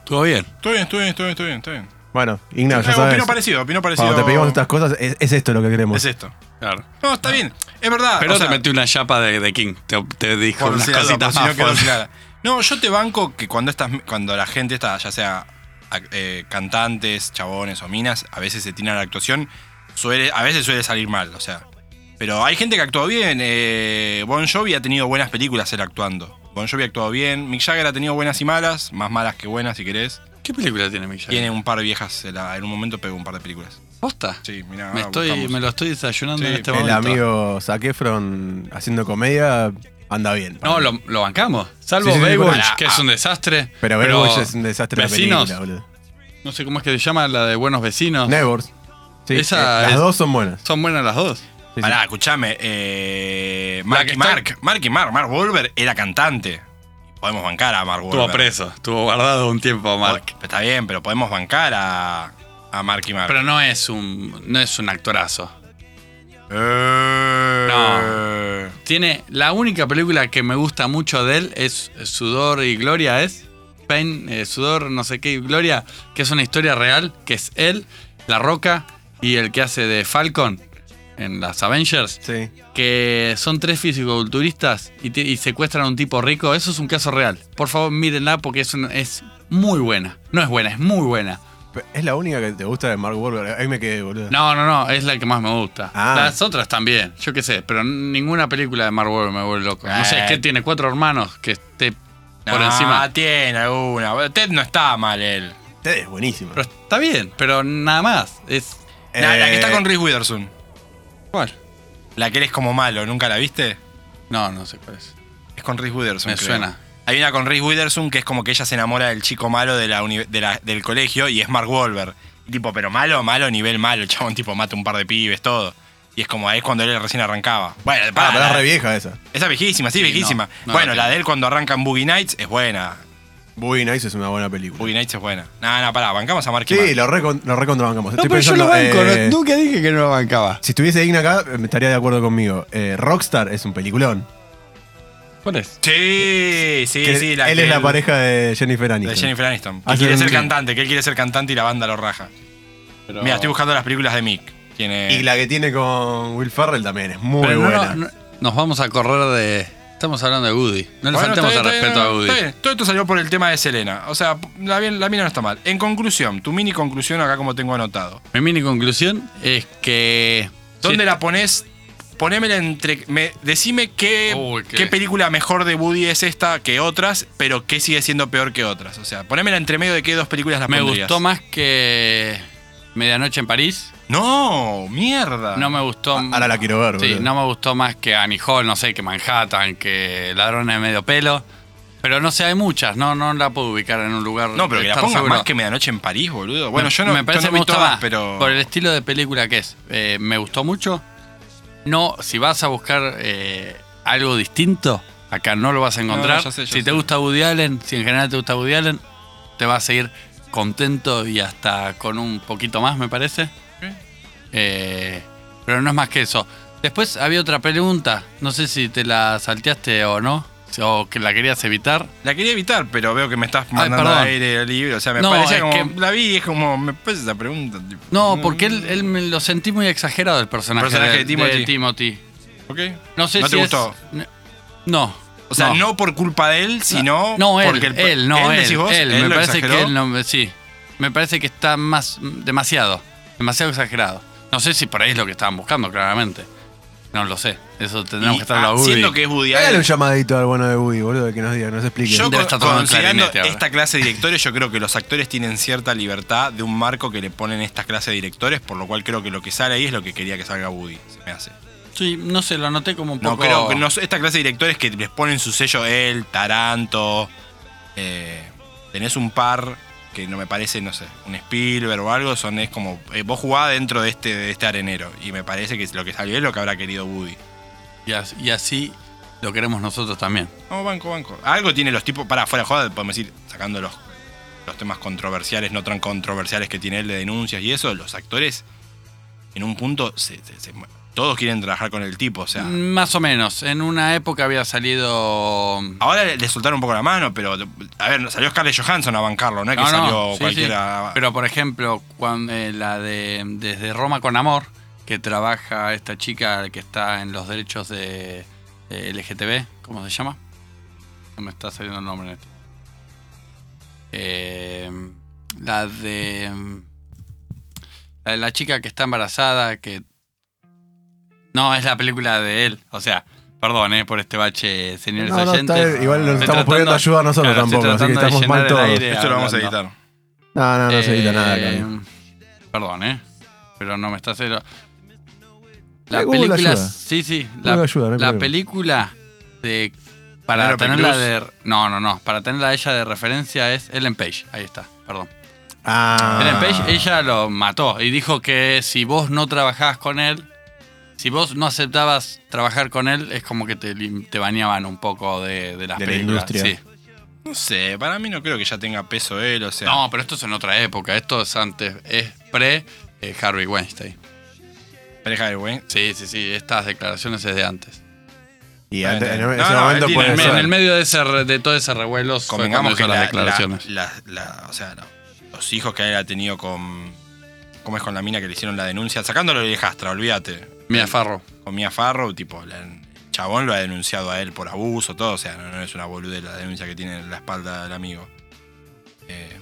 [SPEAKER 3] Estuvo bien.
[SPEAKER 2] Estoy bien, estoy bien, estoy bien, estoy bien. Estoy bien.
[SPEAKER 1] Bueno, Ignacio, ya
[SPEAKER 2] Eh,
[SPEAKER 1] sabes.
[SPEAKER 2] opino parecido, opino parecido.
[SPEAKER 1] Cuando te pedimos estas cosas, es, es esto lo que queremos.
[SPEAKER 2] Es esto.
[SPEAKER 3] Claro.
[SPEAKER 2] No, está bien. Es verdad.
[SPEAKER 3] Pero
[SPEAKER 2] o sea,
[SPEAKER 3] te metí una chapa de, de King. Te, te dijo
[SPEAKER 2] por
[SPEAKER 3] unas
[SPEAKER 2] si la duda,
[SPEAKER 3] cositas
[SPEAKER 2] por si no
[SPEAKER 3] más.
[SPEAKER 2] quedó
[SPEAKER 3] fuertes.
[SPEAKER 2] clara. No, yo te banco que cuando, estas, cuando la gente está, ya sea ac- eh, cantantes, chabones o minas, a veces se tiran a la actuación, suele, a veces suele salir mal, o sea. Pero hay gente que actúa bien. eh, bon Jovi ha tenido buenas películas él actuando. Bon Jovi ha actuado bien. Mick Jagger ha tenido buenas y malas, más malas que buenas si querés.
[SPEAKER 3] ¿Qué película tiene Mick Jagger?
[SPEAKER 2] Tiene un par de viejas, en la- en un momento pegó un par de películas.
[SPEAKER 3] ¿Posta?
[SPEAKER 2] Sí, mirá, ahora
[SPEAKER 3] me, estoy,
[SPEAKER 2] buscamos.
[SPEAKER 3] me lo estoy desayunando
[SPEAKER 2] Sí,
[SPEAKER 3] en este
[SPEAKER 2] el
[SPEAKER 1] El
[SPEAKER 3] momento.
[SPEAKER 1] amigo Zac Efron haciendo comedia anda bien.
[SPEAKER 3] No, lo, lo bancamos. Salvo
[SPEAKER 1] Sí, sí, sí,
[SPEAKER 3] Baywatch,
[SPEAKER 1] bueno,
[SPEAKER 3] que es un desastre.
[SPEAKER 1] Pero Baywatch es un desastre de
[SPEAKER 3] Vecinos,
[SPEAKER 1] película, boludo.
[SPEAKER 3] no sé cómo es que se llama, la de Buenos Vecinos.
[SPEAKER 1] Neighbors. Sí,
[SPEAKER 3] Esa
[SPEAKER 1] eh, las
[SPEAKER 3] es-
[SPEAKER 1] dos son buenas.
[SPEAKER 3] Son buenas las dos.
[SPEAKER 1] Sí, sí.
[SPEAKER 2] Pará, escuchame. Eh,
[SPEAKER 3] La
[SPEAKER 2] Mark,
[SPEAKER 3] que
[SPEAKER 2] y
[SPEAKER 3] está-
[SPEAKER 2] Mark, Mark y Mark, Mark Wolver era cantante. Podemos bancar a Mark Wolver.
[SPEAKER 3] Estuvo preso, estuvo guardado un tiempo, Mark.
[SPEAKER 2] Pero Está bien, pero podemos bancar a, a Mark y Mark.
[SPEAKER 3] Pero no es un, no es un actorazo.
[SPEAKER 2] Eh,
[SPEAKER 3] No. Tiene la única película que me gusta mucho de él es Sudor y Gloria, es Pain, eh, Sudor, no sé qué y Gloria, que es una historia real, que es él, La Roca y el que hace de Falcon en las Avengers,
[SPEAKER 1] Sí.
[SPEAKER 3] que son tres fisicoculturistas y, te- y secuestran a un tipo rico. Eso es un caso real. Por favor, mírenla porque es, una- es muy buena. No es buena, es muy buena.
[SPEAKER 1] Pe- Es la única que te gusta de Mark Wahlberg. Ahí me quedé, boludo.
[SPEAKER 3] No, no, no, es la que más me gusta.
[SPEAKER 1] Ah.
[SPEAKER 3] Las otras también, yo qué sé, pero ninguna película de Mark Wahlberg me vuelve loco. No sé, es que
[SPEAKER 2] Eh.
[SPEAKER 3] tiene cuatro hermanos que esté por
[SPEAKER 2] No,
[SPEAKER 3] encima.
[SPEAKER 2] tiene alguna. Bueno, Ted no está mal él.
[SPEAKER 1] Ted es buenísima.
[SPEAKER 3] Pero está bien, pero nada más. Es.
[SPEAKER 2] La, la que está
[SPEAKER 1] Eh,
[SPEAKER 2] con Reese Witherspoon.
[SPEAKER 3] ¿Cuál?
[SPEAKER 2] La que él es como malo, ¿nunca la viste?
[SPEAKER 3] No, no sé cuál es.
[SPEAKER 2] Es con Reese Witherspoon.
[SPEAKER 3] Me
[SPEAKER 2] creo.
[SPEAKER 3] suena.
[SPEAKER 2] Hay una con Reese Witherspoon que es como que ella se enamora del chico malo de la uni- de la- del colegio y es Mark Wahlberg. Y tipo, pero malo, malo, nivel malo. El chabón tipo mata un par de pibes, todo. Y es como ahí es cuando él recién arrancaba. Bueno,
[SPEAKER 1] Ah,
[SPEAKER 2] para,
[SPEAKER 1] pero es re vieja esa.
[SPEAKER 2] Esa viejísima, sí,
[SPEAKER 3] Sí,
[SPEAKER 2] viejísima.
[SPEAKER 3] no, no la
[SPEAKER 2] bueno, la
[SPEAKER 3] tengo.
[SPEAKER 2] de él cuando arranca en Boogie Nights es buena.
[SPEAKER 1] Boogie Nights es una buena película.
[SPEAKER 2] Boogie Nights es buena. No, no, pará, bancamos a Mark y
[SPEAKER 1] sí,
[SPEAKER 2] Mark.
[SPEAKER 1] lo, recon- lo recontrabancamos. Estoy pensando, eh,
[SPEAKER 3] nunca dije que no lo bancaba.
[SPEAKER 1] Si estuviese Igna acá, eh, me estaría de acuerdo conmigo. Eh, Rockstar es un peliculón.
[SPEAKER 3] ¿Cuál es?
[SPEAKER 2] Sí, sí,
[SPEAKER 1] Que
[SPEAKER 2] sí. la
[SPEAKER 1] él
[SPEAKER 2] que
[SPEAKER 1] es la pareja de Ah, Jennifer Aniston.
[SPEAKER 2] De Jennifer Aniston. Que
[SPEAKER 1] Hace
[SPEAKER 2] quiere ser
[SPEAKER 1] un-
[SPEAKER 2] cantante, que él quiere ser cantante y la banda lo raja.
[SPEAKER 3] Pero-
[SPEAKER 2] Mira, estoy buscando las películas de Mick. Tiene...
[SPEAKER 1] Y la que tiene con Will Ferrell también es muy
[SPEAKER 3] Eh. pero no,
[SPEAKER 1] buena.
[SPEAKER 3] no, no, nos vamos a correr de. Estamos hablando de Woody. No le
[SPEAKER 2] Bueno,
[SPEAKER 3] faltemos
[SPEAKER 2] está
[SPEAKER 3] al
[SPEAKER 2] bien, está
[SPEAKER 3] respeto a
[SPEAKER 2] bien,
[SPEAKER 3] Woody.
[SPEAKER 2] está bien. Todo esto salió por el tema de Selena. O sea, la, bien- la mina no está mal. En conclusión, tu mini conclusión acá como tengo anotado.
[SPEAKER 3] Mi mini conclusión es que.
[SPEAKER 2] ¿Dónde
[SPEAKER 3] Sí.
[SPEAKER 2] la pones? Ponémela entre. me- decime qué,
[SPEAKER 3] Uy,
[SPEAKER 2] qué.
[SPEAKER 3] qué-
[SPEAKER 2] película mejor de Woody es esta que otras, pero qué sigue siendo peor que otras. O sea, ponémela entre medio de qué dos películas la
[SPEAKER 3] Me
[SPEAKER 2] pondrías.
[SPEAKER 3] gustó más que Medianoche en París.
[SPEAKER 2] No, mierda.
[SPEAKER 3] No me gustó.
[SPEAKER 1] Ah, ahora la quiero ver,
[SPEAKER 3] Sí,
[SPEAKER 1] boludo.
[SPEAKER 3] no me gustó más que Annie Hall, no sé, que Manhattan, que Ladrones de Medio Pelo. Pero no sé, hay muchas, no, no la puedo ubicar en un lugar.
[SPEAKER 2] No, pero que la
[SPEAKER 3] estar
[SPEAKER 2] pongas
[SPEAKER 3] seguro.
[SPEAKER 2] más que Medianoche en París, boludo. Bueno,
[SPEAKER 3] Me-
[SPEAKER 2] yo no
[SPEAKER 3] Me parece
[SPEAKER 2] yo
[SPEAKER 3] que
[SPEAKER 2] no
[SPEAKER 3] me
[SPEAKER 2] he visto
[SPEAKER 3] gustó
[SPEAKER 2] más,
[SPEAKER 3] más,
[SPEAKER 2] pero.
[SPEAKER 3] Por el estilo de película que es. Eh, me gustó mucho. No, si vas a buscar eh, algo distinto, acá no lo vas a encontrar.
[SPEAKER 2] No, ya sé, ya
[SPEAKER 3] si
[SPEAKER 2] sé.
[SPEAKER 3] te gusta Woody Allen, si en general te gusta Woody Allen, te vas a ir contento y hasta con un poquito más, me parece. Eh, pero no es más que eso. Después había otra pregunta, no sé si te la salteaste o no, o que la querías evitar.
[SPEAKER 2] La quería evitar, pero veo que me estás mandando
[SPEAKER 3] perdón.
[SPEAKER 2] aire libre. O sea, me
[SPEAKER 3] No,
[SPEAKER 2] parecía
[SPEAKER 3] es
[SPEAKER 2] como.
[SPEAKER 3] que-
[SPEAKER 2] La vi y es como. Me parece esa pregunta. tipo,
[SPEAKER 3] No, porque él, él me lo sentí muy exagerado el personaje,
[SPEAKER 2] Mm. Personaje de
[SPEAKER 3] de,
[SPEAKER 2] Timothy.
[SPEAKER 3] de Timothy.
[SPEAKER 2] ¿Ok?
[SPEAKER 3] No sé
[SPEAKER 2] ¿No
[SPEAKER 3] si
[SPEAKER 2] te
[SPEAKER 3] es-
[SPEAKER 2] gustó?
[SPEAKER 3] No.
[SPEAKER 2] O sea, no. por culpa de él, sino.
[SPEAKER 3] No, él,
[SPEAKER 2] porque
[SPEAKER 3] él, no, él.
[SPEAKER 2] decís vos,
[SPEAKER 3] él, me
[SPEAKER 2] lo
[SPEAKER 3] parece
[SPEAKER 2] exageró.
[SPEAKER 3] que él no, me- sí. Me parece que está más demasiado, demasiado exagerado. No sé si por ahí es lo que estaban buscando, claramente. No lo sé. Eso tendremos
[SPEAKER 2] Y,
[SPEAKER 3] que estarlo
[SPEAKER 2] ah,
[SPEAKER 3] a Woody.
[SPEAKER 2] Siendo que es Woody
[SPEAKER 1] Hágale un
[SPEAKER 2] Allen.
[SPEAKER 1] llamadito al bueno de Woody, boludo, que nos diga, que nos explique.
[SPEAKER 2] Yo
[SPEAKER 3] Debe
[SPEAKER 2] con-
[SPEAKER 3] estar tocando el
[SPEAKER 2] considerando
[SPEAKER 3] clarinete ahora.
[SPEAKER 2] esta clase de directores, yo creo que los actores tienen cierta libertad de un marco que le ponen esta clase de directores, por lo cual creo que lo que sale ahí es lo que quería que salga Woody, se me hace.
[SPEAKER 3] Sí, no sé, lo anoté como un
[SPEAKER 2] No
[SPEAKER 3] poco.
[SPEAKER 2] creo que no, esta clase de directores que les ponen su sello él, Taranto, eh, tenés un par que no me parece, no sé, un Spielberg o algo, son es como eh, vos jugás dentro de este de este arenero y me parece que lo que salió es lo que habrá querido Woody.
[SPEAKER 3] Y as- y así, lo queremos nosotros también.
[SPEAKER 2] No, banco, banco. Algo tiene los tipos, para fuera de joda, podemos decir, sacando los, los temas controversiales, no tan controversiales que tiene él de denuncias y eso, los actores en un punto se- se- se- todos quieren trabajar con el tipo, o sea,
[SPEAKER 3] Más o menos. En una época había salido.
[SPEAKER 2] Ahora le, le soltaron un poco la mano, pero a ver, salió Scarlett Johansson a bancarlo, no es que
[SPEAKER 3] No, no,
[SPEAKER 2] salió
[SPEAKER 3] sí, sí.
[SPEAKER 2] cualquiera.
[SPEAKER 3] Pero por ejemplo, cuando, la de Desde Roma con Amor, que trabaja esta chica que está en los derechos de eh, LGTB, ¿cómo se llama? No me está saliendo el nombre en este. Eh, La de. mm, La de la chica que está embarazada, que. No, es la película de él. O sea, perdón, eh, por este bache, señores
[SPEAKER 1] No, no, está
[SPEAKER 3] oyentes.
[SPEAKER 1] bien. Igual nos
[SPEAKER 3] Estoy
[SPEAKER 1] estamos poniendo a ayudar nosotros
[SPEAKER 3] estoy
[SPEAKER 1] tampoco, así que
[SPEAKER 3] tratando de
[SPEAKER 1] estamos mal
[SPEAKER 3] llenar el
[SPEAKER 1] todos.
[SPEAKER 3] aire
[SPEAKER 2] Esto lo vamos a
[SPEAKER 3] hablando.
[SPEAKER 2] editar.
[SPEAKER 1] No, Ah, no, no se edita nada.
[SPEAKER 3] Eh,
[SPEAKER 1] Cami.
[SPEAKER 3] Perdón, ¿eh? Pero no me está cero. La
[SPEAKER 1] Google
[SPEAKER 3] película.
[SPEAKER 1] ayuda.
[SPEAKER 3] Sí, sí. La,
[SPEAKER 1] Google ayuda, no hay
[SPEAKER 3] la
[SPEAKER 1] problema.
[SPEAKER 3] película de. Para
[SPEAKER 2] ¿No era
[SPEAKER 3] tenerla
[SPEAKER 2] Pencruz?
[SPEAKER 3] de. No, no, no. Para tenerla a ella de referencia es Ellen Page. Ahí está, perdón.
[SPEAKER 1] Ah.
[SPEAKER 3] Ellen Page, ella lo mató y dijo que si vos no trabajabas con él, si vos no aceptabas trabajar con él, es como que te, lim- te bañaban un poco de, de las
[SPEAKER 1] De la
[SPEAKER 3] películas.
[SPEAKER 1] industria.
[SPEAKER 3] sí.
[SPEAKER 2] No sé, para mí no creo que ya tenga peso él, o sea.
[SPEAKER 3] No, pero esto es en otra época. Esto es antes. Es pre eh, Harvey Weinstein.
[SPEAKER 2] Pareja de güey.
[SPEAKER 3] Sí, sí, sí, estas declaraciones es de antes.
[SPEAKER 1] Y antes- en
[SPEAKER 2] No,
[SPEAKER 1] ese
[SPEAKER 2] no,
[SPEAKER 1] momento
[SPEAKER 2] él tiene-
[SPEAKER 1] puede
[SPEAKER 3] En, el-
[SPEAKER 2] Eso.
[SPEAKER 3] en
[SPEAKER 1] ser.
[SPEAKER 3] el medio de, ese, re- de todo ese revuelo fue
[SPEAKER 2] Convengamos
[SPEAKER 3] cuando
[SPEAKER 2] que
[SPEAKER 3] hizo las
[SPEAKER 2] la-
[SPEAKER 3] declaraciones.
[SPEAKER 2] la- la- la- o sea, la- los hijos que él ha tenido con. ¿Cómo es con la mina que le hicieron la denuncia? Sacándolo de hijastra, olvídate.
[SPEAKER 3] Mira, Farro.
[SPEAKER 2] Con Mia Farrow, tipo, la- el chabón lo ha denunciado a él por abuso, todo. O sea, no, no es una boludez la denuncia que tiene en la espalda del amigo. Eh,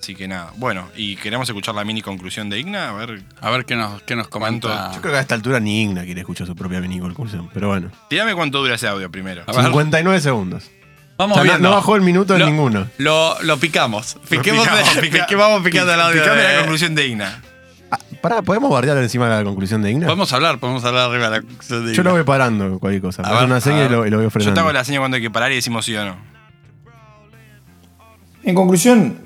[SPEAKER 2] así que nada. Bueno, y queremos escuchar la mini conclusión de Igna, a ver
[SPEAKER 3] A ver qué nos, qué nos comenta.
[SPEAKER 1] Yo creo que a esta altura ni Igna quiere escuchar su propia mini conclusión, pero bueno.
[SPEAKER 2] Tirame cuánto dura ese audio primero.
[SPEAKER 3] A ver.
[SPEAKER 1] 59 segundos.
[SPEAKER 3] Vamos
[SPEAKER 1] O sea, no-
[SPEAKER 3] viendo.
[SPEAKER 1] no bajó el minuto en
[SPEAKER 3] Lo-
[SPEAKER 1] ninguno.
[SPEAKER 3] Lo, lo picamos. Piquemos,
[SPEAKER 2] Picamos, pica-
[SPEAKER 3] pique- vamos picando el audio.
[SPEAKER 2] Picame
[SPEAKER 3] de-
[SPEAKER 2] la conclusión de Igna.
[SPEAKER 1] Ah, pará, ¿podemos bardear encima de la conclusión de Igna?
[SPEAKER 3] Podemos hablar, podemos hablar arriba de la conclusión
[SPEAKER 1] Yo
[SPEAKER 3] de Igna.
[SPEAKER 1] lo voy parando cualquier cosa.
[SPEAKER 3] A
[SPEAKER 1] Hago
[SPEAKER 3] ver,
[SPEAKER 1] una seña
[SPEAKER 3] a
[SPEAKER 1] y lo, y lo voy
[SPEAKER 2] Yo
[SPEAKER 1] frenando.
[SPEAKER 2] te hago la seña cuando hay que parar y decimos sí o no.
[SPEAKER 4] En conclusión,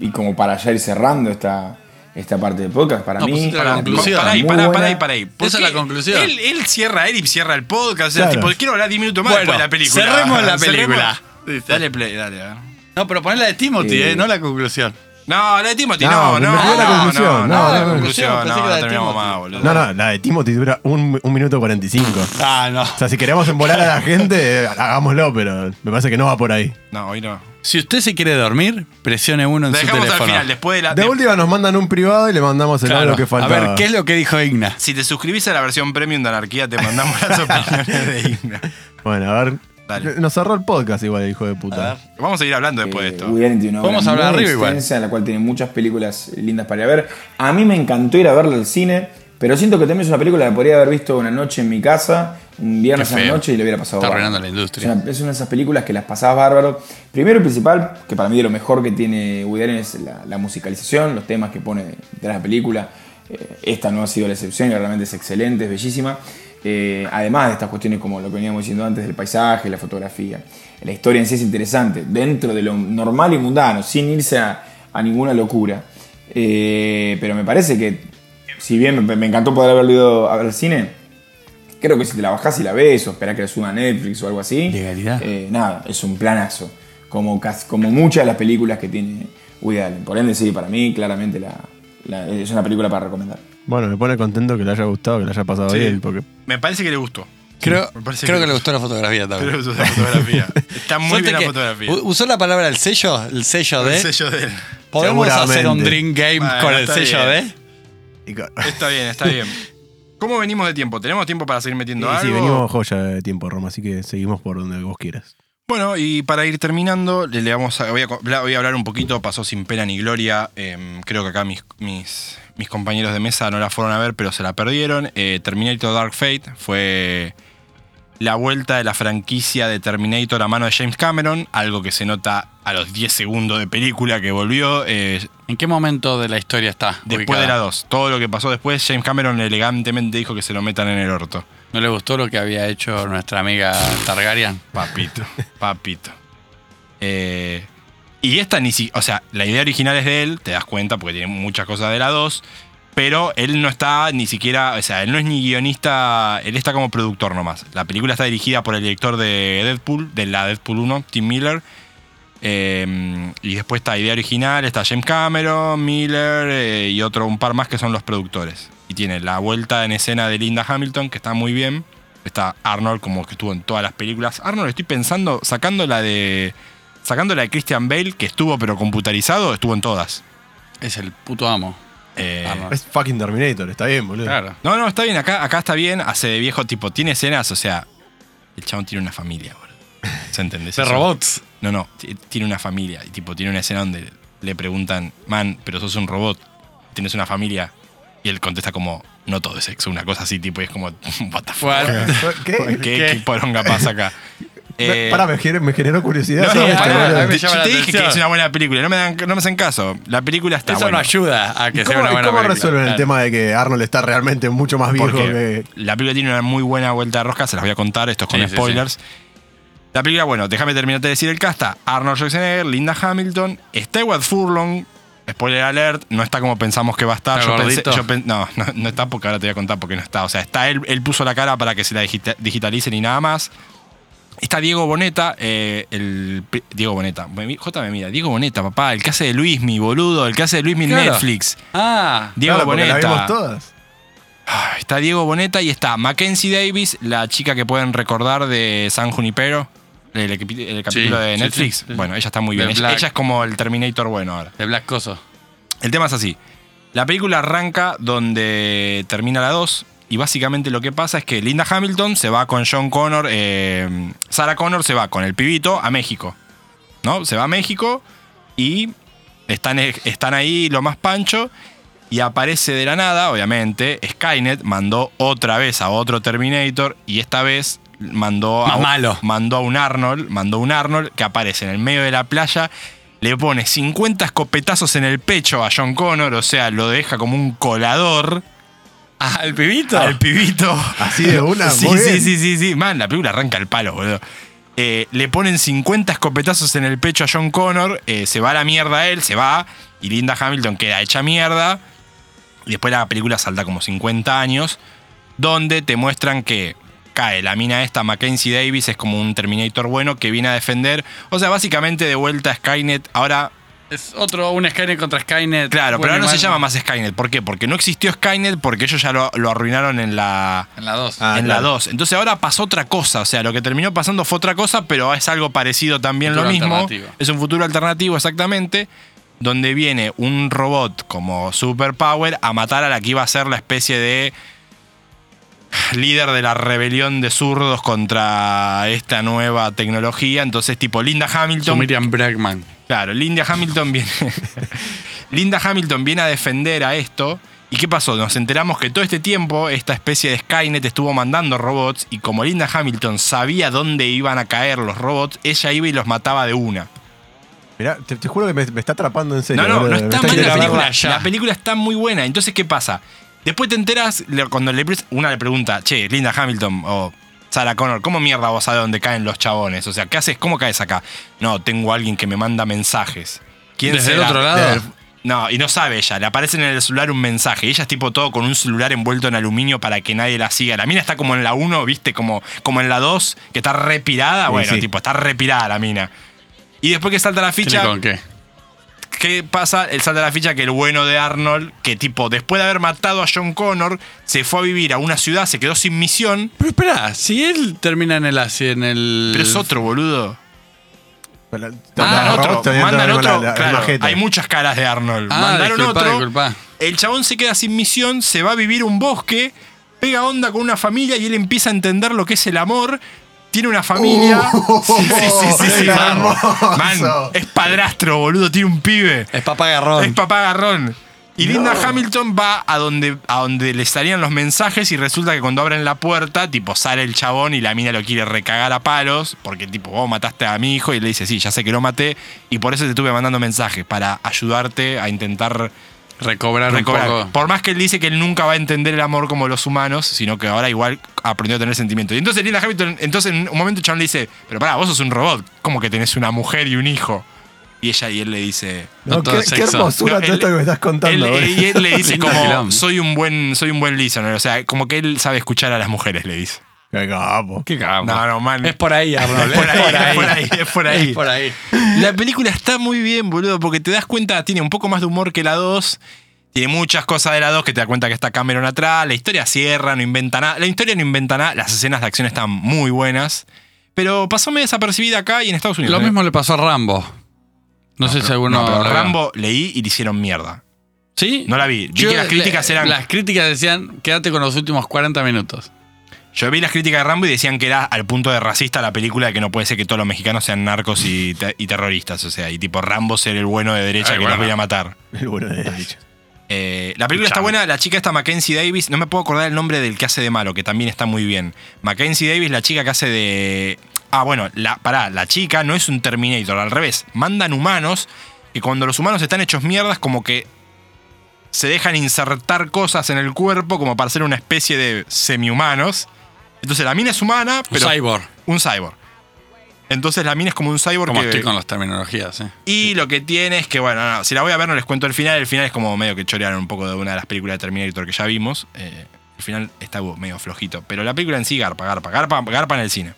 [SPEAKER 4] y como para ya ir cerrando esta, esta parte del podcast, para
[SPEAKER 3] No,
[SPEAKER 4] mí.
[SPEAKER 3] pusiste la
[SPEAKER 4] para-
[SPEAKER 3] conclusión.
[SPEAKER 2] Pará ahí,
[SPEAKER 4] muy
[SPEAKER 2] pará,
[SPEAKER 4] buena.
[SPEAKER 2] pará ahí, pará ahí. ¿Por
[SPEAKER 3] Esa
[SPEAKER 2] qué
[SPEAKER 3] es la conclusión.
[SPEAKER 2] Él, él cierra él y cierra el podcast. O sea,
[SPEAKER 1] Claro.
[SPEAKER 2] tipo, quiero hablar 10 minutos más
[SPEAKER 3] Bueno,
[SPEAKER 2] después de la película.
[SPEAKER 3] cerremos la
[SPEAKER 2] Cerremos.
[SPEAKER 3] película. Dice.
[SPEAKER 2] Dale play, dale. a ver.
[SPEAKER 3] No, pero poné la de Timothy,
[SPEAKER 4] Eh,
[SPEAKER 3] eh, no la conclusión.
[SPEAKER 2] No, la de Timothy,
[SPEAKER 1] No,
[SPEAKER 2] no, no.
[SPEAKER 1] me fui a la
[SPEAKER 2] no,
[SPEAKER 1] conclusión,
[SPEAKER 2] No,
[SPEAKER 1] no,
[SPEAKER 2] la
[SPEAKER 1] no,
[SPEAKER 2] conclusión,
[SPEAKER 3] pensé que
[SPEAKER 2] no,
[SPEAKER 3] la
[SPEAKER 2] no
[SPEAKER 3] de
[SPEAKER 2] terminamos
[SPEAKER 3] Timothy.
[SPEAKER 2] más, boludo.
[SPEAKER 1] No, no, la de Timothy dura un, un minuto 45. O
[SPEAKER 3] Ah, no.
[SPEAKER 1] sea, si queremos embolar a la gente, eh, hagámoslo, pero me parece que no va por ahí.
[SPEAKER 2] No, hoy no.
[SPEAKER 3] Si usted se quiere dormir, presione uno en
[SPEAKER 2] La
[SPEAKER 3] su
[SPEAKER 2] dejamos al
[SPEAKER 3] teléfono.
[SPEAKER 2] final, después de la.
[SPEAKER 1] De
[SPEAKER 2] de-
[SPEAKER 1] última nos mandan un privado y le mandamos el
[SPEAKER 3] Claro.
[SPEAKER 1] audio que
[SPEAKER 3] A
[SPEAKER 1] faltaba.
[SPEAKER 3] ver, ¿qué es lo que dijo Igna?
[SPEAKER 2] Si te suscribís a la versión premium de Anarquía, te mandamos las opiniones de Igna.
[SPEAKER 1] Bueno, a ver.
[SPEAKER 2] Dale.
[SPEAKER 1] Nos cerró el podcast igual, el hijo de puta.
[SPEAKER 2] Vamos a seguir hablando después de
[SPEAKER 4] Eh,
[SPEAKER 2] esto.
[SPEAKER 4] Woody Allen tiene una
[SPEAKER 3] Podemos
[SPEAKER 4] obra
[SPEAKER 3] hablar
[SPEAKER 4] muy
[SPEAKER 3] arriba igual.
[SPEAKER 4] extensa, en la cual tiene muchas películas lindas para ir a ver. A mí me encantó ir a verla al cine, pero siento que también es una película que podría haber visto una noche en mi casa, un viernes
[SPEAKER 3] Qué
[SPEAKER 4] a la
[SPEAKER 3] feo.
[SPEAKER 4] noche y le hubiera pasado
[SPEAKER 3] Está
[SPEAKER 4] bárbaro.
[SPEAKER 3] arruinando la industria.
[SPEAKER 4] Es una, es una de esas películas que las pasás bárbaro. Primero y principal, que para mí de lo mejor que tiene Woody Allen es la, la musicalización, los temas que pone de la película. Eh, esta no ha sido la excepción y realmente es excelente, es bellísima. Eh, además de estas cuestiones como lo que veníamos diciendo antes del paisaje, la fotografía. La historia en sí es interesante, dentro de lo normal y mundano, sin irse a, a ninguna locura. Eh, pero me parece que, si bien me, me encantó poder haberlo ido al cine, Creo que si te la bajás y la ves, o esperás que la suba a Netflix o algo así.
[SPEAKER 3] Legalidad.
[SPEAKER 4] eh, nada, es un planazo. Como, cas- como muchas de las películas que tiene Woody Allen. Por ende, sí, para mí, claramente la, la- es una película para recomendar.
[SPEAKER 1] Bueno, me pone contento que le haya gustado, que le haya pasado
[SPEAKER 2] Sí.
[SPEAKER 1] bien, porque
[SPEAKER 2] Me parece que le gustó.
[SPEAKER 3] Creo,
[SPEAKER 2] me parece
[SPEAKER 3] creo
[SPEAKER 2] que-
[SPEAKER 3] que le gustó la fotografía también.
[SPEAKER 2] Pero es una fotografía. Está muy
[SPEAKER 3] Suerte
[SPEAKER 2] bien la
[SPEAKER 3] que
[SPEAKER 2] fotografía.
[SPEAKER 3] u- ¿eh? Usó la palabra el sello, el sello de.
[SPEAKER 2] El sello de él.
[SPEAKER 3] ¿Podemos hacer un
[SPEAKER 1] Seguramente.
[SPEAKER 3] Dream Game
[SPEAKER 2] Bueno,
[SPEAKER 3] con el
[SPEAKER 2] está
[SPEAKER 3] sello
[SPEAKER 2] bien.
[SPEAKER 3] de?
[SPEAKER 1] Y co-
[SPEAKER 2] Está bien, está bien. ¿Cómo venimos de tiempo? ¿Tenemos tiempo para seguir metiendo
[SPEAKER 1] Sí,
[SPEAKER 2] algo?
[SPEAKER 1] sí, venimos joya de tiempo, Roma, así que seguimos por donde vos quieras.
[SPEAKER 2] Bueno, y para ir terminando, le, le vamos a, voy, a, co- bla- voy a hablar un poquito, pasó sin pena ni gloria. em, creo que acá mis, mis, mis compañeros de mesa no la fueron a ver, pero se la perdieron. Eh, Terminator Dark Fate fue la vuelta de la franquicia de Terminator a mano de James Cameron, algo que se nota a los 10 segundos de película que volvió. eh,
[SPEAKER 3] ¿En qué momento de la historia está?
[SPEAKER 2] después
[SPEAKER 3] ubicada?
[SPEAKER 2] de la 2, todo lo que pasó después, James Cameron elegantemente dijo que se lo metan en el orto.
[SPEAKER 3] ¿No le gustó lo que había hecho nuestra amiga Targaryen?
[SPEAKER 2] Papito, papito. Eh, y esta ni siquiera. O sea, la idea original es de él, te das cuenta, porque tiene muchas cosas de la 2. Pero él no está ni siquiera. O sea, él no es ni guionista. Él está como productor nomás. La película está dirigida por el director de Deadpool, de la Deadpool 1, Tim Miller. Eh, y después está idea original, está James Cameron, Miller eh, y otro, un par más que son los productores. Y tiene la vuelta en escena de Linda Hamilton, que está muy bien. Está Arnold, como que estuvo en todas las películas. Arnold, estoy pensando, sacando la de. Sacando la de Christian Bale, que estuvo pero computarizado, estuvo en todas.
[SPEAKER 3] Es el puto amo.
[SPEAKER 2] Eh,
[SPEAKER 3] Arnold.
[SPEAKER 1] Es fucking Terminator, está bien, boludo.
[SPEAKER 3] Claro.
[SPEAKER 2] no, no, está bien, acá, acá está bien, hace de viejo tipo, tiene escenas, o sea, el chabón tiene una familia, boludo. ¿Se entiende?
[SPEAKER 3] De robots.
[SPEAKER 2] No, no, t- tiene una familia. Y tipo, tiene una escena donde le preguntan, man, pero sos un robot, tienes una familia. Y él contesta como, no todo es sexo, una cosa así, tipo, y es como, what the fuck. ¿Qué,
[SPEAKER 1] ¿Qué?
[SPEAKER 2] ¿Qué poronga pasa acá? Eh,
[SPEAKER 1] Pará, me generó, me generó curiosidad.
[SPEAKER 2] no,
[SPEAKER 1] ¿sabes?
[SPEAKER 2] pará,
[SPEAKER 1] Pero,
[SPEAKER 3] pará,
[SPEAKER 1] boludo.
[SPEAKER 3] me
[SPEAKER 2] te,
[SPEAKER 3] llama la
[SPEAKER 2] te dije
[SPEAKER 3] atención.
[SPEAKER 2] que es una buena película, no me, dan, no me hacen caso. La película está
[SPEAKER 3] Eso
[SPEAKER 2] buena.
[SPEAKER 3] no ayuda a que
[SPEAKER 1] ¿Y
[SPEAKER 3] sea
[SPEAKER 1] ¿Cómo,
[SPEAKER 3] una buena
[SPEAKER 1] cómo
[SPEAKER 3] película.
[SPEAKER 1] resuelven el
[SPEAKER 3] Claro.
[SPEAKER 1] tema de que Arnold está realmente mucho más viejo que...
[SPEAKER 2] Porque la película tiene una muy buena vuelta de rosca, se las voy a contar, esto es con
[SPEAKER 3] Sí, sí,
[SPEAKER 2] spoilers. La película, bueno, déjame terminar de decir el casta. Arnold Schwarzenegger, Linda Hamilton, Stewart Furlong, spoiler alert, no está como pensamos que va a estar.
[SPEAKER 3] ¿Está
[SPEAKER 2] Yo pensé-
[SPEAKER 3] gordito?
[SPEAKER 2] yo pen- no, no, no está porque ahora te voy a contar porque no está. O sea, está él, él puso la cara para que se la digita- digitalicen y nada más. Está Diego Boneta, eh, el pri- Diego Boneta, me mi- J me mira, Diego Boneta, papá, el que hace de Luismi, boludo, el que hace de Luismi en
[SPEAKER 3] Claro.
[SPEAKER 2] Netflix.
[SPEAKER 3] Ah,
[SPEAKER 2] Diego
[SPEAKER 1] Claro, porque
[SPEAKER 2] Boneta.
[SPEAKER 1] la vimos todas.
[SPEAKER 2] Ah, Está Diego Boneta y está Mackenzie Davis, la chica que pueden recordar de San Junipero, el, equipi- el capítulo
[SPEAKER 3] Sí,
[SPEAKER 2] de
[SPEAKER 3] sí,
[SPEAKER 2] Netflix.
[SPEAKER 3] sí, sí.
[SPEAKER 2] Bueno, ella está muy
[SPEAKER 3] De
[SPEAKER 2] bien. Ella,
[SPEAKER 3] Black.
[SPEAKER 2] ella es como el Terminator bueno ahora.
[SPEAKER 3] de Black Coso.
[SPEAKER 2] El tema es así. La película arranca donde termina la 2 y básicamente lo que pasa es que Linda Hamilton se va con John Connor, eh, Sarah Connor se va con el pibito a México. ¿No? Se va a México y están, eh, están ahí lo más pancho y aparece de la nada, obviamente, Skynet mandó otra vez a otro Terminator y esta vez mandó a,
[SPEAKER 3] Más malo.
[SPEAKER 2] mandó a un Arnold, mandó a un Arnold que aparece en el medio de la playa, le pone 50 escopetazos en el pecho a John Connor, o sea, lo deja como un colador
[SPEAKER 3] ¿Al Ah, pibito?
[SPEAKER 2] al pibito.
[SPEAKER 1] Así de una,
[SPEAKER 2] Sí,
[SPEAKER 1] muy
[SPEAKER 2] sí,
[SPEAKER 1] bien.
[SPEAKER 2] sí, sí, sí. Man, la película arranca el palo, boludo. Eh, le ponen 50 escopetazos en el pecho a John Connor, eh, se va a la mierda él, se va, y Linda Hamilton queda hecha mierda. Y después la película salta como 50 años, donde te muestran que cae la mina esta, Mackenzie Davis, es como un Terminator bueno que viene a defender. O sea, básicamente de vuelta a Skynet, ahora
[SPEAKER 3] Es otro, un Skynet contra Skynet.
[SPEAKER 2] Claro, pero
[SPEAKER 3] Bueno,
[SPEAKER 2] ahora no se
[SPEAKER 3] igual-
[SPEAKER 2] llama más Skynet. ¿Por qué? Porque no existió Skynet porque ellos ya lo, lo arruinaron en la.
[SPEAKER 3] En la 2.
[SPEAKER 1] Ah,
[SPEAKER 2] en la
[SPEAKER 1] claro.
[SPEAKER 2] 2. Entonces ahora pasó otra cosa. O sea, lo que terminó pasando fue otra cosa, pero es algo parecido también
[SPEAKER 3] Futuro
[SPEAKER 2] lo mismo.
[SPEAKER 3] alternativo.
[SPEAKER 2] Es un futuro alternativo, exactamente. Donde viene un robot como Superpower a matar a la que iba a ser la especie de líder de la rebelión de zurdos contra esta nueva tecnología. Entonces, tipo Linda Hamilton.
[SPEAKER 3] Miriam Bregman.
[SPEAKER 2] Claro, Linda Hamilton viene. Linda Hamilton viene a defender a esto. ¿Y qué pasó? Nos enteramos que todo este tiempo esta especie de Skynet estuvo mandando robots y como Linda Hamilton sabía dónde iban a caer los robots, ella iba y los mataba de una.
[SPEAKER 1] Mirá, te, te juro que me, me está atrapando en serio.
[SPEAKER 2] No, no,
[SPEAKER 1] boludo.
[SPEAKER 2] no
[SPEAKER 1] Me
[SPEAKER 2] está
[SPEAKER 1] está
[SPEAKER 2] mal la
[SPEAKER 1] interesando.
[SPEAKER 2] película.
[SPEAKER 3] verla ya.
[SPEAKER 2] La película está muy buena. Entonces, ¿qué pasa? Después te enteras, le- cuando le pres- una le pregunta, che, Linda Hamilton o Sarah Connor, ¿cómo mierda vos sabés dónde caen los chabones? O sea, ¿qué haces? ¿Cómo caes acá? No, tengo a alguien que me manda mensajes. ¿Quién
[SPEAKER 3] ¿Desde el
[SPEAKER 2] será?
[SPEAKER 3] otro lado?
[SPEAKER 1] Del-
[SPEAKER 2] No, y no sabe ella. Le aparece en el celular un mensaje. Y ella es tipo todo con un celular envuelto en aluminio para que nadie la siga. La mina está como en la 1, viste, como, como en la 2, que está repirada.
[SPEAKER 1] Sí,
[SPEAKER 2] bueno,
[SPEAKER 1] sí.
[SPEAKER 2] tipo, está repirada la mina. Y después que salta la ficha,
[SPEAKER 3] ¿Tiene con qué?
[SPEAKER 2] ¿qué pasa? El salta la ficha que el bueno de Arnold, que tipo, después de haber matado a John Connor, se fue a vivir a una ciudad, se quedó sin misión.
[SPEAKER 3] Pero espera, si él termina en el así, en el.
[SPEAKER 2] Pero es otro, boludo.
[SPEAKER 1] Pero la-
[SPEAKER 3] Ah,
[SPEAKER 1] los
[SPEAKER 2] Mandan
[SPEAKER 1] robots
[SPEAKER 2] otro.
[SPEAKER 1] tenían
[SPEAKER 2] Mandan
[SPEAKER 1] también la-
[SPEAKER 2] otro.
[SPEAKER 1] la- la
[SPEAKER 2] Claro,
[SPEAKER 1] majeta.
[SPEAKER 2] hay muchas caras de Arnold.
[SPEAKER 3] Ah,
[SPEAKER 2] Mandaron
[SPEAKER 3] disculpa,
[SPEAKER 2] otro.
[SPEAKER 3] disculpa.
[SPEAKER 2] El chabón se queda sin misión, se va a vivir un bosque, pega onda con una familia y él empieza a entender lo que es el amor. Tiene una familia. sí, sí, sí, sí,
[SPEAKER 1] Uh. hermoso.
[SPEAKER 2] man. Man, es padrastro, boludo, tiene un pibe.
[SPEAKER 3] Es papá garrón.
[SPEAKER 2] Es papá garrón. Y Linda Hamilton va a donde, a donde le salían los mensajes y resulta que cuando abren la puerta, tipo, sale el chabón y la mina lo quiere recagar a palos, porque tipo, vos mataste a mi hijo y le dice, sí, ya sé que lo maté y por eso te estuve mandando mensajes, para ayudarte a intentar
[SPEAKER 3] Recobrar,
[SPEAKER 2] recobrar.
[SPEAKER 3] un poco.
[SPEAKER 2] Por más que él dice que él nunca va a entender el amor como los humanos, sino que ahora igual aprendió a tener sentimientos. Y entonces Linda Hamilton, entonces en un momento Chan le dice, pero pará, vos sos un robot, como que tenés una mujer y un hijo. Y ella y él le dice.
[SPEAKER 1] No,
[SPEAKER 3] No todo
[SPEAKER 1] qué,
[SPEAKER 3] es
[SPEAKER 1] qué
[SPEAKER 3] sexo.
[SPEAKER 1] hermosura
[SPEAKER 2] No,
[SPEAKER 1] todo esto
[SPEAKER 2] él-
[SPEAKER 1] que me estás contando.
[SPEAKER 2] él- eh,
[SPEAKER 1] boludo.
[SPEAKER 2] y él le dice
[SPEAKER 3] Linda
[SPEAKER 2] como
[SPEAKER 3] Quilombo.
[SPEAKER 2] soy un buen, soy un buen listener. O sea, como que él sabe escuchar a las mujeres, le dice.
[SPEAKER 1] Qué capo.
[SPEAKER 3] Qué cagamos.
[SPEAKER 2] No, no, man.
[SPEAKER 3] Es por ahí, Arnold.
[SPEAKER 2] Es por ahí, es por ahí, es por ahí.
[SPEAKER 3] Es por ahí.
[SPEAKER 2] La película está muy bien, boludo, porque te das cuenta, tiene un poco más de humor que la 2. Tiene muchas cosas de la 2 que te das cuenta que está Cameron atrás. La historia cierra, no inventa nada. La historia no inventa nada. Las escenas de acción están muy buenas. Pero pasó medio desapercibida acá y en Estados Unidos.
[SPEAKER 3] Lo
[SPEAKER 2] ¿eh?
[SPEAKER 3] mismo le pasó a Rambo. No, sé si alguno.
[SPEAKER 2] No, pero
[SPEAKER 3] lo vio.
[SPEAKER 2] Rambo leí y le hicieron mierda.
[SPEAKER 3] ¿Sí?
[SPEAKER 2] No la vi. Vi que las críticas
[SPEAKER 3] le-
[SPEAKER 2] eran-
[SPEAKER 3] Las críticas decían, quédate con los últimos 40 minutos.
[SPEAKER 2] Yo vi las críticas de Rambo y decían que era al punto de racista la película de que no puede ser que todos los mexicanos sean narcos y, te- y terroristas. O sea, y tipo Rambo ser el bueno de derecha
[SPEAKER 3] Ay,
[SPEAKER 2] que
[SPEAKER 3] bueno.
[SPEAKER 2] los viene a matar.
[SPEAKER 1] El bueno de derecha.
[SPEAKER 2] Eh, la película está
[SPEAKER 3] Chao.
[SPEAKER 2] buena, la chica está Mackenzie Davis, no me puedo acordar el nombre del que hace de malo, que también está muy bien. Mackenzie Davis, la chica que hace de... Ah, bueno, la, pará, la chica no es un Terminator, al revés, mandan humanos y cuando los humanos están hechos mierdas como que se dejan insertar cosas en el cuerpo como para ser una especie de semihumanos. Entonces la mina es humana, pero...
[SPEAKER 3] un cyborg.
[SPEAKER 2] Un cyborg. Entonces la mina es como un cyborg
[SPEAKER 3] Como
[SPEAKER 2] que-
[SPEAKER 3] estoy con las terminologías, eh.
[SPEAKER 2] y lo que tiene es que, bueno, no, si la voy a ver no les cuento el final. El final es como medio que chorearon un poco de una de las películas de Terminator que ya vimos. Eh, el final está medio flojito. Pero la película en sí garpa, garpa, garpa, garpa en el cine.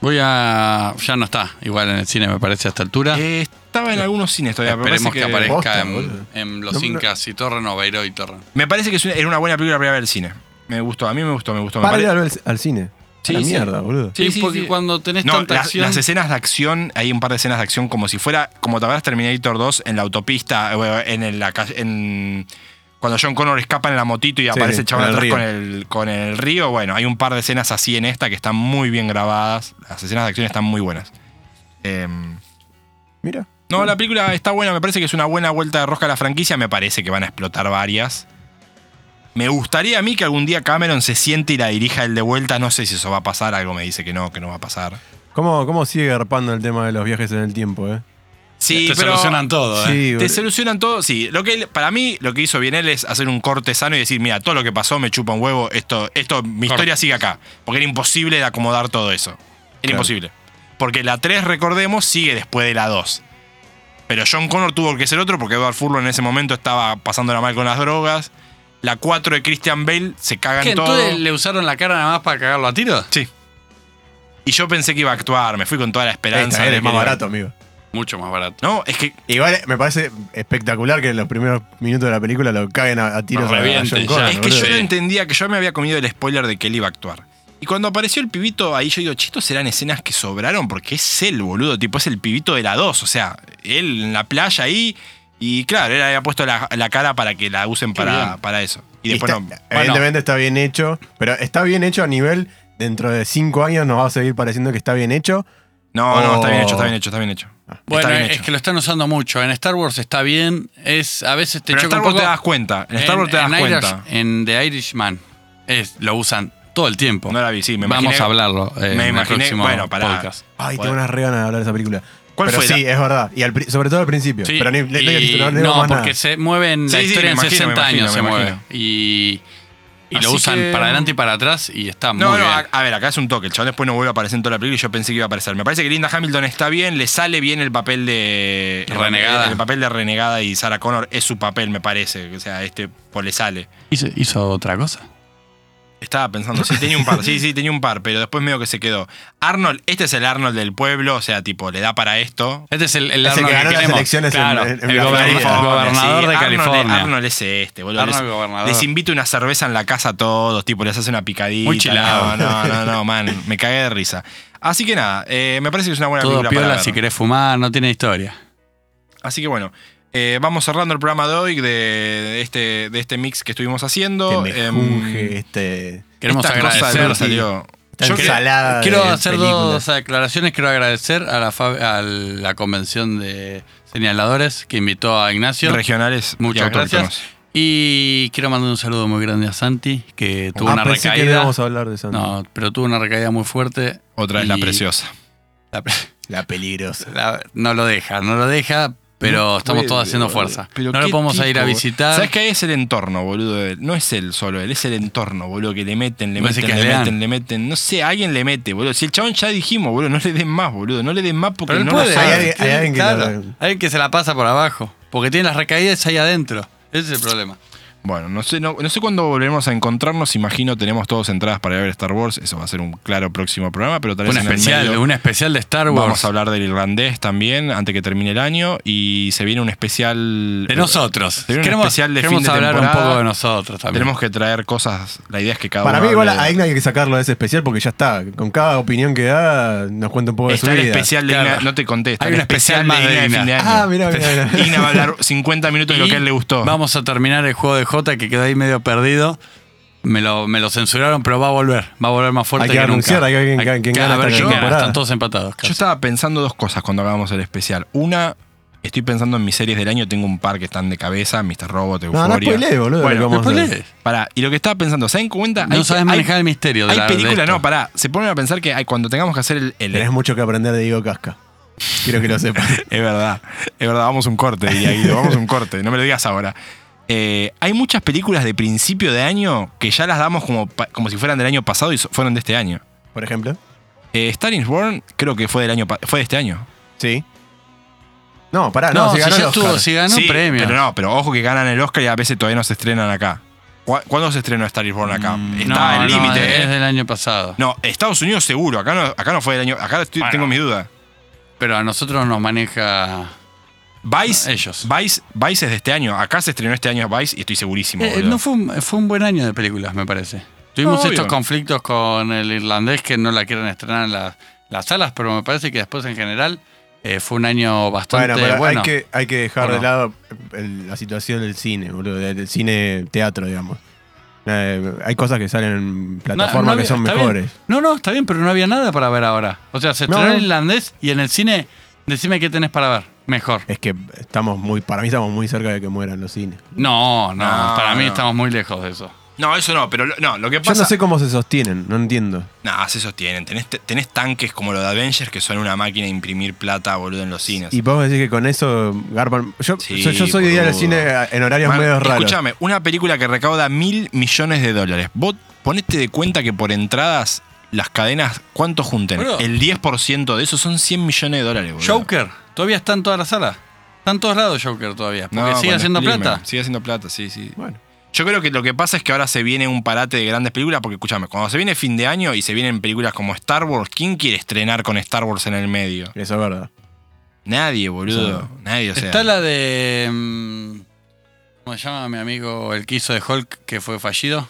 [SPEAKER 3] Voy a. Ya no está, igual en el cine me parece a esta altura.
[SPEAKER 2] Eh, estaba en algunos cines todavía, pero
[SPEAKER 3] Ah. Esperemos
[SPEAKER 2] parece
[SPEAKER 3] que,
[SPEAKER 2] que-
[SPEAKER 3] aparezca
[SPEAKER 1] Posta, boludo.
[SPEAKER 3] en, en Los
[SPEAKER 1] No, no.
[SPEAKER 3] Incas y Torre no, Beiró y Torre.
[SPEAKER 2] Me parece que es una- era una buena película para ir a ver el cine. Me gustó, a mí me gustó, me gustó. Me
[SPEAKER 1] Para ir
[SPEAKER 2] pare-
[SPEAKER 1] al, al cine.
[SPEAKER 2] Sí,
[SPEAKER 1] a la
[SPEAKER 2] sí.
[SPEAKER 1] mierda, boludo.
[SPEAKER 2] Sí,
[SPEAKER 3] Sí,
[SPEAKER 2] sí,
[SPEAKER 3] porque
[SPEAKER 2] sí.
[SPEAKER 3] cuando tenés
[SPEAKER 2] No,
[SPEAKER 3] tanta
[SPEAKER 2] las-
[SPEAKER 3] acción.
[SPEAKER 2] las escenas de acción, hay un par de escenas de acción como si fuera, como te acuerdas Terminator 2 en la autopista, eh, en el- la calle- en- cuando John Connor escapa en la motito y aparece el
[SPEAKER 1] en
[SPEAKER 2] chaval
[SPEAKER 1] el
[SPEAKER 2] atrás
[SPEAKER 1] río.
[SPEAKER 2] con el, con el río, bueno, hay un par de escenas así en esta que están muy bien grabadas, las escenas de acción están muy buenas. Em,
[SPEAKER 1] Mira.
[SPEAKER 2] no, la película está buena, me parece que es una buena vuelta de rosca a la franquicia, me parece que van a explotar varias. Me gustaría a mí que algún día Cameron se siente y la dirija él de vuelta, no sé si eso va a pasar, algo me dice que no, que no va a pasar.
[SPEAKER 1] ¿Cómo, ¿Cómo sigue garpando el tema de los viajes en el tiempo, eh?
[SPEAKER 2] Sí,
[SPEAKER 3] te
[SPEAKER 2] pero-
[SPEAKER 3] solucionan todo, eh.
[SPEAKER 1] Sí,
[SPEAKER 2] Te
[SPEAKER 1] boludo.
[SPEAKER 2] solucionan todo, sí. Lo que él- para mí, lo que hizo bien él es hacer un corte sano y decir, mira, todo lo que pasó me chupa un huevo, esto, esto, mi
[SPEAKER 3] Corte.
[SPEAKER 2] historia sigue acá. Porque era imposible de acomodar todo eso. Era imposible. Porque la 3, recordemos, sigue después de la 2. Pero John Connor tuvo que ser otro porque Edward Furlong en ese momento estaba pasándola mal con las drogas. La 4 de Christian Bale se cagan
[SPEAKER 3] ¿Qué,
[SPEAKER 2] todo.
[SPEAKER 3] entonces le usaron la cara nada más para cagarlo a tiro?
[SPEAKER 2] Sí. Y yo pensé que iba a actuar, me fui con toda la esperanza.
[SPEAKER 1] Esta
[SPEAKER 2] de
[SPEAKER 1] es
[SPEAKER 2] que
[SPEAKER 1] más
[SPEAKER 2] iba-
[SPEAKER 1] barato, amigo.
[SPEAKER 3] Mucho más barato.
[SPEAKER 2] No, es que
[SPEAKER 1] Igual eh, me parece espectacular que en los primeros minutos de la película lo caguen a, a tiros
[SPEAKER 3] Lo
[SPEAKER 1] a- a
[SPEAKER 3] revienten
[SPEAKER 1] John
[SPEAKER 3] ya.
[SPEAKER 1] Connor,
[SPEAKER 2] Es que
[SPEAKER 1] boludo.
[SPEAKER 2] yo no
[SPEAKER 3] Sí.
[SPEAKER 2] entendía que yo me había comido el spoiler de que él iba a actuar. Y cuando apareció el pibito ahí, yo digo, chistos serán escenas que sobraron porque es él, boludo. Tipo, es el pibito de la 2. O sea, él en la playa ahí. Y claro, él había puesto la, la cara para que la usen para,
[SPEAKER 3] bien.
[SPEAKER 2] para eso. Y
[SPEAKER 1] Y
[SPEAKER 2] después
[SPEAKER 1] está-
[SPEAKER 2] no.
[SPEAKER 1] Evidentemente está bien hecho, pero está bien hecho a nivel dentro de cinco años nos va a seguir pareciendo que está bien hecho.
[SPEAKER 2] No, no, está bien
[SPEAKER 1] Oh. Ah.
[SPEAKER 2] hecho, está bien hecho, está bien hecho.
[SPEAKER 3] Bueno,
[SPEAKER 2] está bien
[SPEAKER 3] es
[SPEAKER 2] hecho.
[SPEAKER 3] que lo están usando mucho. En Star Wars está bien. Es, a veces te
[SPEAKER 2] Pero en
[SPEAKER 3] choca
[SPEAKER 2] Star
[SPEAKER 3] un
[SPEAKER 2] Wars
[SPEAKER 3] poco.
[SPEAKER 2] te das cuenta. En Star Wars te das
[SPEAKER 3] en Irish-
[SPEAKER 2] cuenta.
[SPEAKER 3] en The Irishman es, lo usan todo el tiempo.
[SPEAKER 2] No la vi, sí, me
[SPEAKER 3] Vamos
[SPEAKER 2] imaginé-
[SPEAKER 3] a hablarlo eh, en
[SPEAKER 2] me
[SPEAKER 3] el
[SPEAKER 2] imaginé.
[SPEAKER 3] próximo
[SPEAKER 2] Bueno, pará.
[SPEAKER 3] podcast.
[SPEAKER 1] Ay,
[SPEAKER 2] Bueno.
[SPEAKER 1] tengo unas re ganas de hablar de esa película.
[SPEAKER 2] ¿Cuál
[SPEAKER 1] pero
[SPEAKER 2] fue
[SPEAKER 1] Sí, es verdad. Y al pri- sobre todo al principio.
[SPEAKER 3] Sí,
[SPEAKER 1] pero ni- le- le-
[SPEAKER 3] y-
[SPEAKER 1] no, le digo
[SPEAKER 3] no,
[SPEAKER 1] más nada.
[SPEAKER 3] porque se mueven
[SPEAKER 2] Sí,
[SPEAKER 3] la
[SPEAKER 2] sí,
[SPEAKER 3] historia
[SPEAKER 2] me
[SPEAKER 3] en
[SPEAKER 2] imagino,
[SPEAKER 3] 60
[SPEAKER 2] me imagino,
[SPEAKER 3] años, se
[SPEAKER 2] me
[SPEAKER 3] mueve.
[SPEAKER 2] imagino.
[SPEAKER 3] Y, y lo
[SPEAKER 2] Así
[SPEAKER 3] usan
[SPEAKER 2] que-
[SPEAKER 3] para adelante y para atrás y está
[SPEAKER 2] No,
[SPEAKER 3] muy
[SPEAKER 2] no,
[SPEAKER 3] bien.
[SPEAKER 2] a, a ver, acá es un toque. El chabón después no vuelve a aparecer en toda la película y yo pensé que iba a aparecer. Me parece que Linda Hamilton está bien, le sale bien el papel de. el
[SPEAKER 3] Renegada.
[SPEAKER 2] papel- El, papel de renegada y Sarah Connor es su papel, me parece. O sea, este pues, le sale.
[SPEAKER 3] ¿Hizo, hizo otra cosa?
[SPEAKER 2] Estaba pensando, sí, tenía un par, sí, sí, tenía un par, pero después medio que se quedó. Arnold, este es el Arnold del pueblo, o sea, tipo, le da para esto.
[SPEAKER 3] Este es el, el
[SPEAKER 1] Es el
[SPEAKER 3] Arnold
[SPEAKER 1] que ganó las
[SPEAKER 3] queremos.
[SPEAKER 1] elecciones en-
[SPEAKER 3] Claro,
[SPEAKER 1] en- en
[SPEAKER 3] el
[SPEAKER 1] la
[SPEAKER 3] gober-
[SPEAKER 1] Florida.
[SPEAKER 3] el gobernador
[SPEAKER 2] sí,
[SPEAKER 3] de
[SPEAKER 2] Arnold-
[SPEAKER 3] California.
[SPEAKER 2] Arnold es este, boludo.
[SPEAKER 3] Arnold
[SPEAKER 2] les,
[SPEAKER 3] gobernador.
[SPEAKER 2] les invito una cerveza en la casa a todos, tipo, les hace una picadita.
[SPEAKER 3] Muy chilado.
[SPEAKER 2] No, no, no, no, man, me cagué de risa. Así que nada, eh, me parece que es una buena
[SPEAKER 3] Todo
[SPEAKER 2] película para
[SPEAKER 3] piola
[SPEAKER 2] ver.
[SPEAKER 3] si querés fumar, no tiene historia.
[SPEAKER 2] Así que bueno, eh, vamos cerrando el programa de hoy de, de este, de este mix que estuvimos
[SPEAKER 1] Que
[SPEAKER 2] haciendo.
[SPEAKER 1] me
[SPEAKER 2] Em,
[SPEAKER 1] junge este.
[SPEAKER 3] Queremos
[SPEAKER 2] esta cosa
[SPEAKER 3] agradecer.
[SPEAKER 2] del- salió.
[SPEAKER 1] Esta
[SPEAKER 3] Yo creo-
[SPEAKER 1] ensalada.
[SPEAKER 3] Quiero
[SPEAKER 1] de
[SPEAKER 3] hacer
[SPEAKER 1] películas.
[SPEAKER 3] dos declaraciones. Quiero agradecer a la, fa- a la convención de señaladores que invitó a Ignacio.
[SPEAKER 2] Regionales. y
[SPEAKER 3] Muchas
[SPEAKER 2] autóctonos.
[SPEAKER 3] gracias. Y quiero mandar un saludo muy grande a Santi, que tuvo
[SPEAKER 1] Ah,
[SPEAKER 3] una
[SPEAKER 1] pensé que no
[SPEAKER 3] recaída.
[SPEAKER 1] íbamos a hablar de eso.
[SPEAKER 3] No, pero tuvo una recaída muy fuerte.
[SPEAKER 2] Otra es la
[SPEAKER 3] y-
[SPEAKER 2] preciosa.
[SPEAKER 3] la-
[SPEAKER 1] La peligrosa.
[SPEAKER 3] la- no lo deja, no lo deja, pero estamos todos haciendo fuerza. No lo podemos ir a visitar.
[SPEAKER 2] ¿Sabes qué? Es el entorno, boludo. de él. No es él solo, él es el entorno, boludo. Que le meten, le
[SPEAKER 3] Parece
[SPEAKER 2] meten,
[SPEAKER 3] que
[SPEAKER 2] le
[SPEAKER 3] es Leán.
[SPEAKER 2] meten, le meten. No sé, alguien le mete, boludo. Si el chabón ya dijimos, boludo, no le den más, boludo. No le den más porque
[SPEAKER 3] Pero él
[SPEAKER 2] no
[SPEAKER 3] puede.
[SPEAKER 2] lo sabe.
[SPEAKER 1] Hay alguien- hay alguien que
[SPEAKER 3] Claro,
[SPEAKER 1] lo-
[SPEAKER 3] alguien que se la pasa por abajo. Porque tiene las recaídas ahí adentro. Ese es el problema.
[SPEAKER 2] Bueno, no sé, no, no sé cuándo volveremos a encontrarnos. Imagino tenemos todos entradas para ir a ver Star Wars. Eso va a ser un claro próximo programa, pero tal vez
[SPEAKER 3] Un
[SPEAKER 2] en el
[SPEAKER 3] especial,
[SPEAKER 2] medio
[SPEAKER 3] un especial de Star Wars.
[SPEAKER 2] vamos a hablar del irlandés también antes que termine el año y se viene un especial
[SPEAKER 3] De nosotros.
[SPEAKER 2] Se viene un
[SPEAKER 3] Queremos,
[SPEAKER 2] especial de
[SPEAKER 3] queremos
[SPEAKER 2] fin de
[SPEAKER 3] hablar un
[SPEAKER 2] temporada.
[SPEAKER 3] poco de nosotros también.
[SPEAKER 2] Tenemos que traer cosas. La idea es que cada
[SPEAKER 1] Para
[SPEAKER 2] uno
[SPEAKER 1] mí, igual
[SPEAKER 2] hable de-
[SPEAKER 1] a Igna hay que sacarlo de ese especial porque ya está. Con cada opinión que da, nos cuenta un poco de su
[SPEAKER 2] Está el
[SPEAKER 1] vida.
[SPEAKER 2] especial de
[SPEAKER 3] Claro.
[SPEAKER 2] Igna, no te contesta.
[SPEAKER 3] Hay
[SPEAKER 2] el
[SPEAKER 3] un especial más de
[SPEAKER 2] Igna
[SPEAKER 3] Igna.
[SPEAKER 2] fin de
[SPEAKER 1] Ah,
[SPEAKER 2] año.
[SPEAKER 1] mirá, mirá, mirá.
[SPEAKER 2] Igna va a hablar 50 minutos de lo
[SPEAKER 3] Y
[SPEAKER 2] que a él le gustó.
[SPEAKER 3] Vamos a terminar el juego de Jota que quedó ahí medio perdido. Me lo, me lo censuraron, pero va a volver. Va a volver más fuerte
[SPEAKER 1] Hay que
[SPEAKER 3] nunca.
[SPEAKER 1] anunciar, hay que ver quién- quién gana
[SPEAKER 3] a ver
[SPEAKER 1] esta
[SPEAKER 3] quién gana.
[SPEAKER 1] temporada.
[SPEAKER 3] Están todos empatados.
[SPEAKER 2] Yo
[SPEAKER 3] casi.
[SPEAKER 2] estaba pensando dos cosas cuando acabamos el especial. Una, estoy pensando en mis series del año. Tengo un par que están de cabeza: Mr. Robot,
[SPEAKER 1] No,
[SPEAKER 2] Euphoria.
[SPEAKER 1] no spoilees, boludo. lo
[SPEAKER 2] Bueno,
[SPEAKER 1] que vamos a hacer.
[SPEAKER 3] spoilees.
[SPEAKER 2] Pará, y lo que estaba pensando, ¿se dan cuenta?
[SPEAKER 3] No sabes manejar el misterio de
[SPEAKER 2] Hay
[SPEAKER 3] la- de
[SPEAKER 2] películas,
[SPEAKER 3] esto.
[SPEAKER 2] no, pará. Se ponen a pensar que hay- cuando tengamos que hacer el. el-
[SPEAKER 1] Tenés mucho que aprender de Diego Casca. Quiero que lo sepas.
[SPEAKER 2] es verdad, es verdad, vamos a un corte, diría Guido, vamos a un corte, no me lo digas ahora. Eh, hay muchas películas de principio de año que ya las damos como, pa- como si fueran del año pasado y so- fueron de este año.
[SPEAKER 1] Por ejemplo.
[SPEAKER 2] Eh, Star is Born creo que fue del año pa- fue de este año.
[SPEAKER 1] Sí. No, pará, no,
[SPEAKER 3] No,
[SPEAKER 1] si
[SPEAKER 3] si
[SPEAKER 1] ganó
[SPEAKER 3] ya
[SPEAKER 1] el Oscar.
[SPEAKER 3] estuvo, si ganó
[SPEAKER 2] Sí,
[SPEAKER 3] premio.
[SPEAKER 2] Pero no, pero ojo que ganan el Oscar y a veces todavía no se estrenan acá. ¿Cu- ¿Cuándo se estrenó Star is Born acá? Está
[SPEAKER 3] Mm, No,
[SPEAKER 2] el
[SPEAKER 3] no,
[SPEAKER 2] límite.
[SPEAKER 3] es-
[SPEAKER 2] eh.
[SPEAKER 3] Es del año pasado.
[SPEAKER 2] No, Estados Unidos seguro, acá no, acá no fue del año, acá estoy- tengo mis dudas.
[SPEAKER 3] Pero a nosotros nos maneja.
[SPEAKER 2] Vice,
[SPEAKER 3] Ellos.
[SPEAKER 2] Vice, Vice es de este año. Acá se estrenó este año Vice y estoy segurísimo.
[SPEAKER 3] Eh,
[SPEAKER 2] boludo.
[SPEAKER 3] no fue un, fue un buen año de películas, me parece. Tuvimos
[SPEAKER 2] No, obvio.
[SPEAKER 3] estos conflictos con el irlandés que no la quieren estrenar en la- las salas, pero me parece que después en general eh, fue un año bastante
[SPEAKER 1] Bueno, pero
[SPEAKER 3] bueno.
[SPEAKER 1] Hay, que, hay que dejar
[SPEAKER 3] ¿O
[SPEAKER 1] de
[SPEAKER 3] no?
[SPEAKER 1] lado el- la situación del cine, boludo, del del cine teatro, digamos. Eh, hay cosas que salen en
[SPEAKER 3] No,
[SPEAKER 1] plataformas
[SPEAKER 3] no había-
[SPEAKER 1] que son
[SPEAKER 3] está
[SPEAKER 1] mejores.
[SPEAKER 3] bien. No, no, está bien, pero no había nada para ver ahora. O sea, se
[SPEAKER 1] No,
[SPEAKER 3] estrenó
[SPEAKER 1] no.
[SPEAKER 3] el irlandés y en el cine, decime qué tenés para ver. Mejor.
[SPEAKER 1] Es que estamos muy, para mí estamos muy cerca de que mueran los cines.
[SPEAKER 3] No, no,
[SPEAKER 2] No,
[SPEAKER 3] para mí
[SPEAKER 2] no.
[SPEAKER 3] estamos muy lejos de eso.
[SPEAKER 2] No, eso no, pero lo- no, lo que
[SPEAKER 1] Yo
[SPEAKER 2] pasa.
[SPEAKER 1] no sé cómo se sostienen, no entiendo.
[SPEAKER 2] Nah, se sostienen. Tenés, tenés tanques como los de Avengers que son una máquina de imprimir plata, boludo, en los cines.
[SPEAKER 1] Y podemos decir que con eso garpan. Yo,
[SPEAKER 2] Sí,
[SPEAKER 1] yo, yo soy de ir al
[SPEAKER 2] boludo.
[SPEAKER 1] cine en horarios
[SPEAKER 2] Man,
[SPEAKER 1] medio raros.
[SPEAKER 2] Escúchame, una película que recauda mil millones de dólares. Vos ponete de cuenta que por entradas las cadenas, ¿cuánto junten?
[SPEAKER 3] Boludo.
[SPEAKER 2] El 10% de eso son 100 millones de dólares, boludo.
[SPEAKER 3] Joker, todavía está en todas las salas. Está en todos lados Joker todavía. Porque
[SPEAKER 2] No,
[SPEAKER 3] sigue
[SPEAKER 2] cuando
[SPEAKER 3] haciendo
[SPEAKER 2] exprimen.
[SPEAKER 3] plata.
[SPEAKER 2] Sigue haciendo plata, sí, sí.
[SPEAKER 1] Bueno.
[SPEAKER 2] Yo creo que lo que pasa es que ahora se viene un parate de grandes películas, porque escúchame, cuando se viene fin de año y se vienen películas como Star Wars, ¿quién quiere estrenar con Star Wars en el medio?
[SPEAKER 1] Eso es verdad.
[SPEAKER 2] Nadie, boludo. Nadie, o sea.
[SPEAKER 3] Está la de. mm, ¿Cómo se llama mi amigo el que hizo de Hulk que fue fallido?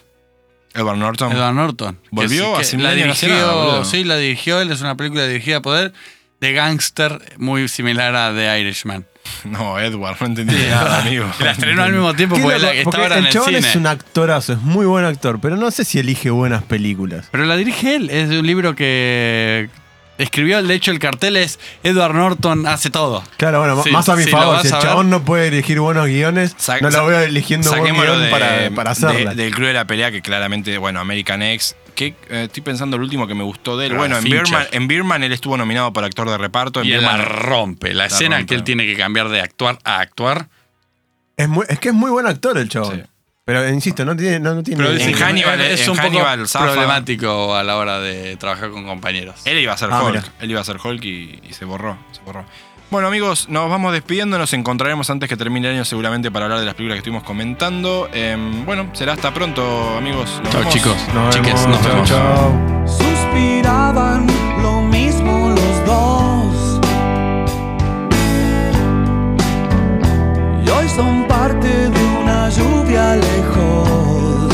[SPEAKER 2] Edward Norton.
[SPEAKER 3] Edward Norton. Que
[SPEAKER 2] Volvió
[SPEAKER 3] sí, que
[SPEAKER 2] hace mil
[SPEAKER 3] la
[SPEAKER 2] años no hacía nada, boludo.
[SPEAKER 3] dirigió. Sí, la dirigió él. Es una película dirigida a poder de gángster muy similar a The Irishman.
[SPEAKER 2] No, Edward, no entendí nada, amigo.
[SPEAKER 3] La estrenó al mismo tiempo
[SPEAKER 1] Qué
[SPEAKER 3] porque,
[SPEAKER 1] loco,
[SPEAKER 3] la que estaba
[SPEAKER 1] porque
[SPEAKER 3] ahora en
[SPEAKER 1] el
[SPEAKER 3] el
[SPEAKER 1] chabón
[SPEAKER 3] cine.
[SPEAKER 1] es un actorazo, es muy buen actor, pero no sé si elige buenas películas.
[SPEAKER 3] Pero la dirige él, es de un libro que escribió, de hecho el cartel es Edward Norton hace todo.
[SPEAKER 1] Claro, bueno,
[SPEAKER 3] Sí,
[SPEAKER 1] más a mi
[SPEAKER 3] sí, lo
[SPEAKER 1] favor.
[SPEAKER 3] vas
[SPEAKER 1] Si el
[SPEAKER 3] a ver.
[SPEAKER 1] chabón no puede elegir buenos guiones,
[SPEAKER 2] Sa-
[SPEAKER 1] no
[SPEAKER 2] sa-
[SPEAKER 1] lo veo eligiendo buen
[SPEAKER 2] Saquémoslo
[SPEAKER 1] guión
[SPEAKER 2] de-
[SPEAKER 1] para, para hacerla.
[SPEAKER 2] de- del club de la pelea, que claramente, bueno, American X. Que, eh, estoy pensando el último que me gustó de él.
[SPEAKER 3] Ah,
[SPEAKER 2] bueno, en
[SPEAKER 3] Fincher.
[SPEAKER 2] Birman, en Birman él estuvo nominado para actor de reparto. En
[SPEAKER 3] Y él la
[SPEAKER 2] Birdman-
[SPEAKER 3] rompe, la,
[SPEAKER 2] La
[SPEAKER 3] escena
[SPEAKER 2] rompe.
[SPEAKER 3] que él tiene que cambiar de actuar a actuar.
[SPEAKER 1] es, muy- es que es muy buen actor el chabón.
[SPEAKER 2] Sí.
[SPEAKER 1] Pero insisto, no tiene. No, no tiene
[SPEAKER 2] Pero dicen En
[SPEAKER 3] Sí,
[SPEAKER 2] Hannibal,
[SPEAKER 3] es
[SPEAKER 2] en
[SPEAKER 3] un
[SPEAKER 2] Hannibal,
[SPEAKER 3] poco
[SPEAKER 2] zafa.
[SPEAKER 3] problemático a la hora de trabajar con compañeros.
[SPEAKER 2] Él iba a ser
[SPEAKER 1] Ah,
[SPEAKER 2] Hulk.
[SPEAKER 1] mira.
[SPEAKER 2] Él iba a ser Hulk y, y se borró. Se borró. Bueno, amigos, nos vamos despidiendo. Nos encontraremos antes que termine el año, seguramente, para hablar de las películas que estuvimos comentando. Em, bueno, será hasta pronto, amigos. Nos
[SPEAKER 3] Chao
[SPEAKER 2] vemos.
[SPEAKER 3] chicos,
[SPEAKER 1] Nos
[SPEAKER 3] chiques,
[SPEAKER 1] vemos.
[SPEAKER 3] nos
[SPEAKER 1] Chau,
[SPEAKER 3] vemos.
[SPEAKER 1] chau.
[SPEAKER 5] suspiraban lo mismo los dos. Y hoy son parte de una lluvia lejos.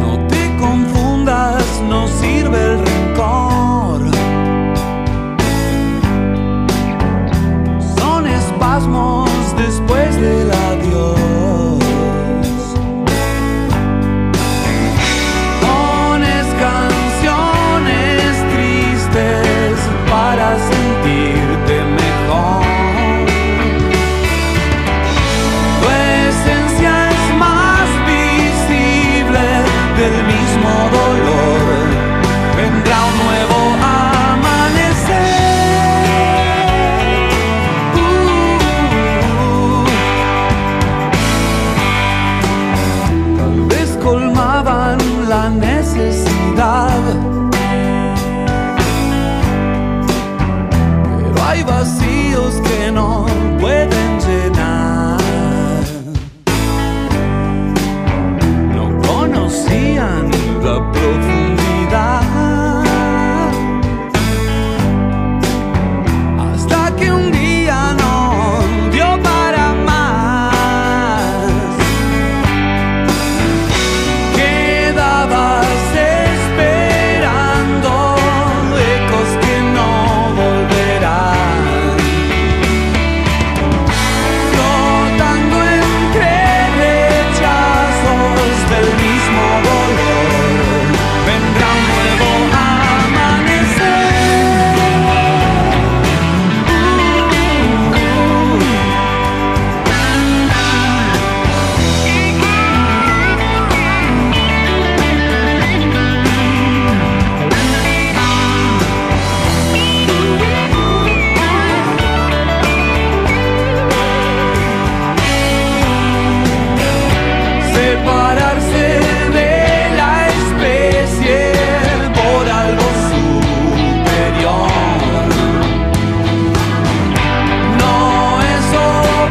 [SPEAKER 5] No te confundas, no sirve el rencor. Son espasmos después del adiós. Pones canciones tristes para sentirte mejor. Tu esencia es más visible del mismo dolor. Vendrá un nuevo amanecer. Uh, uh, uh. Uh.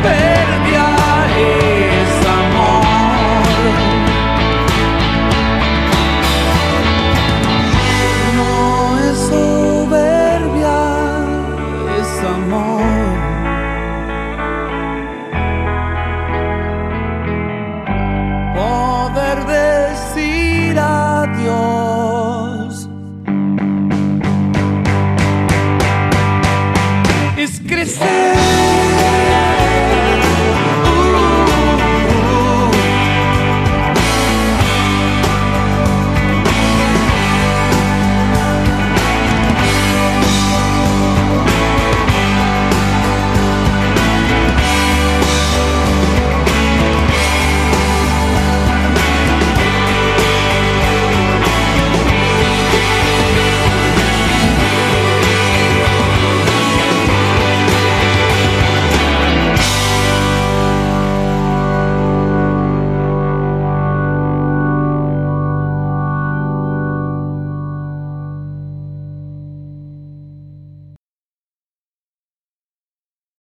[SPEAKER 6] ver.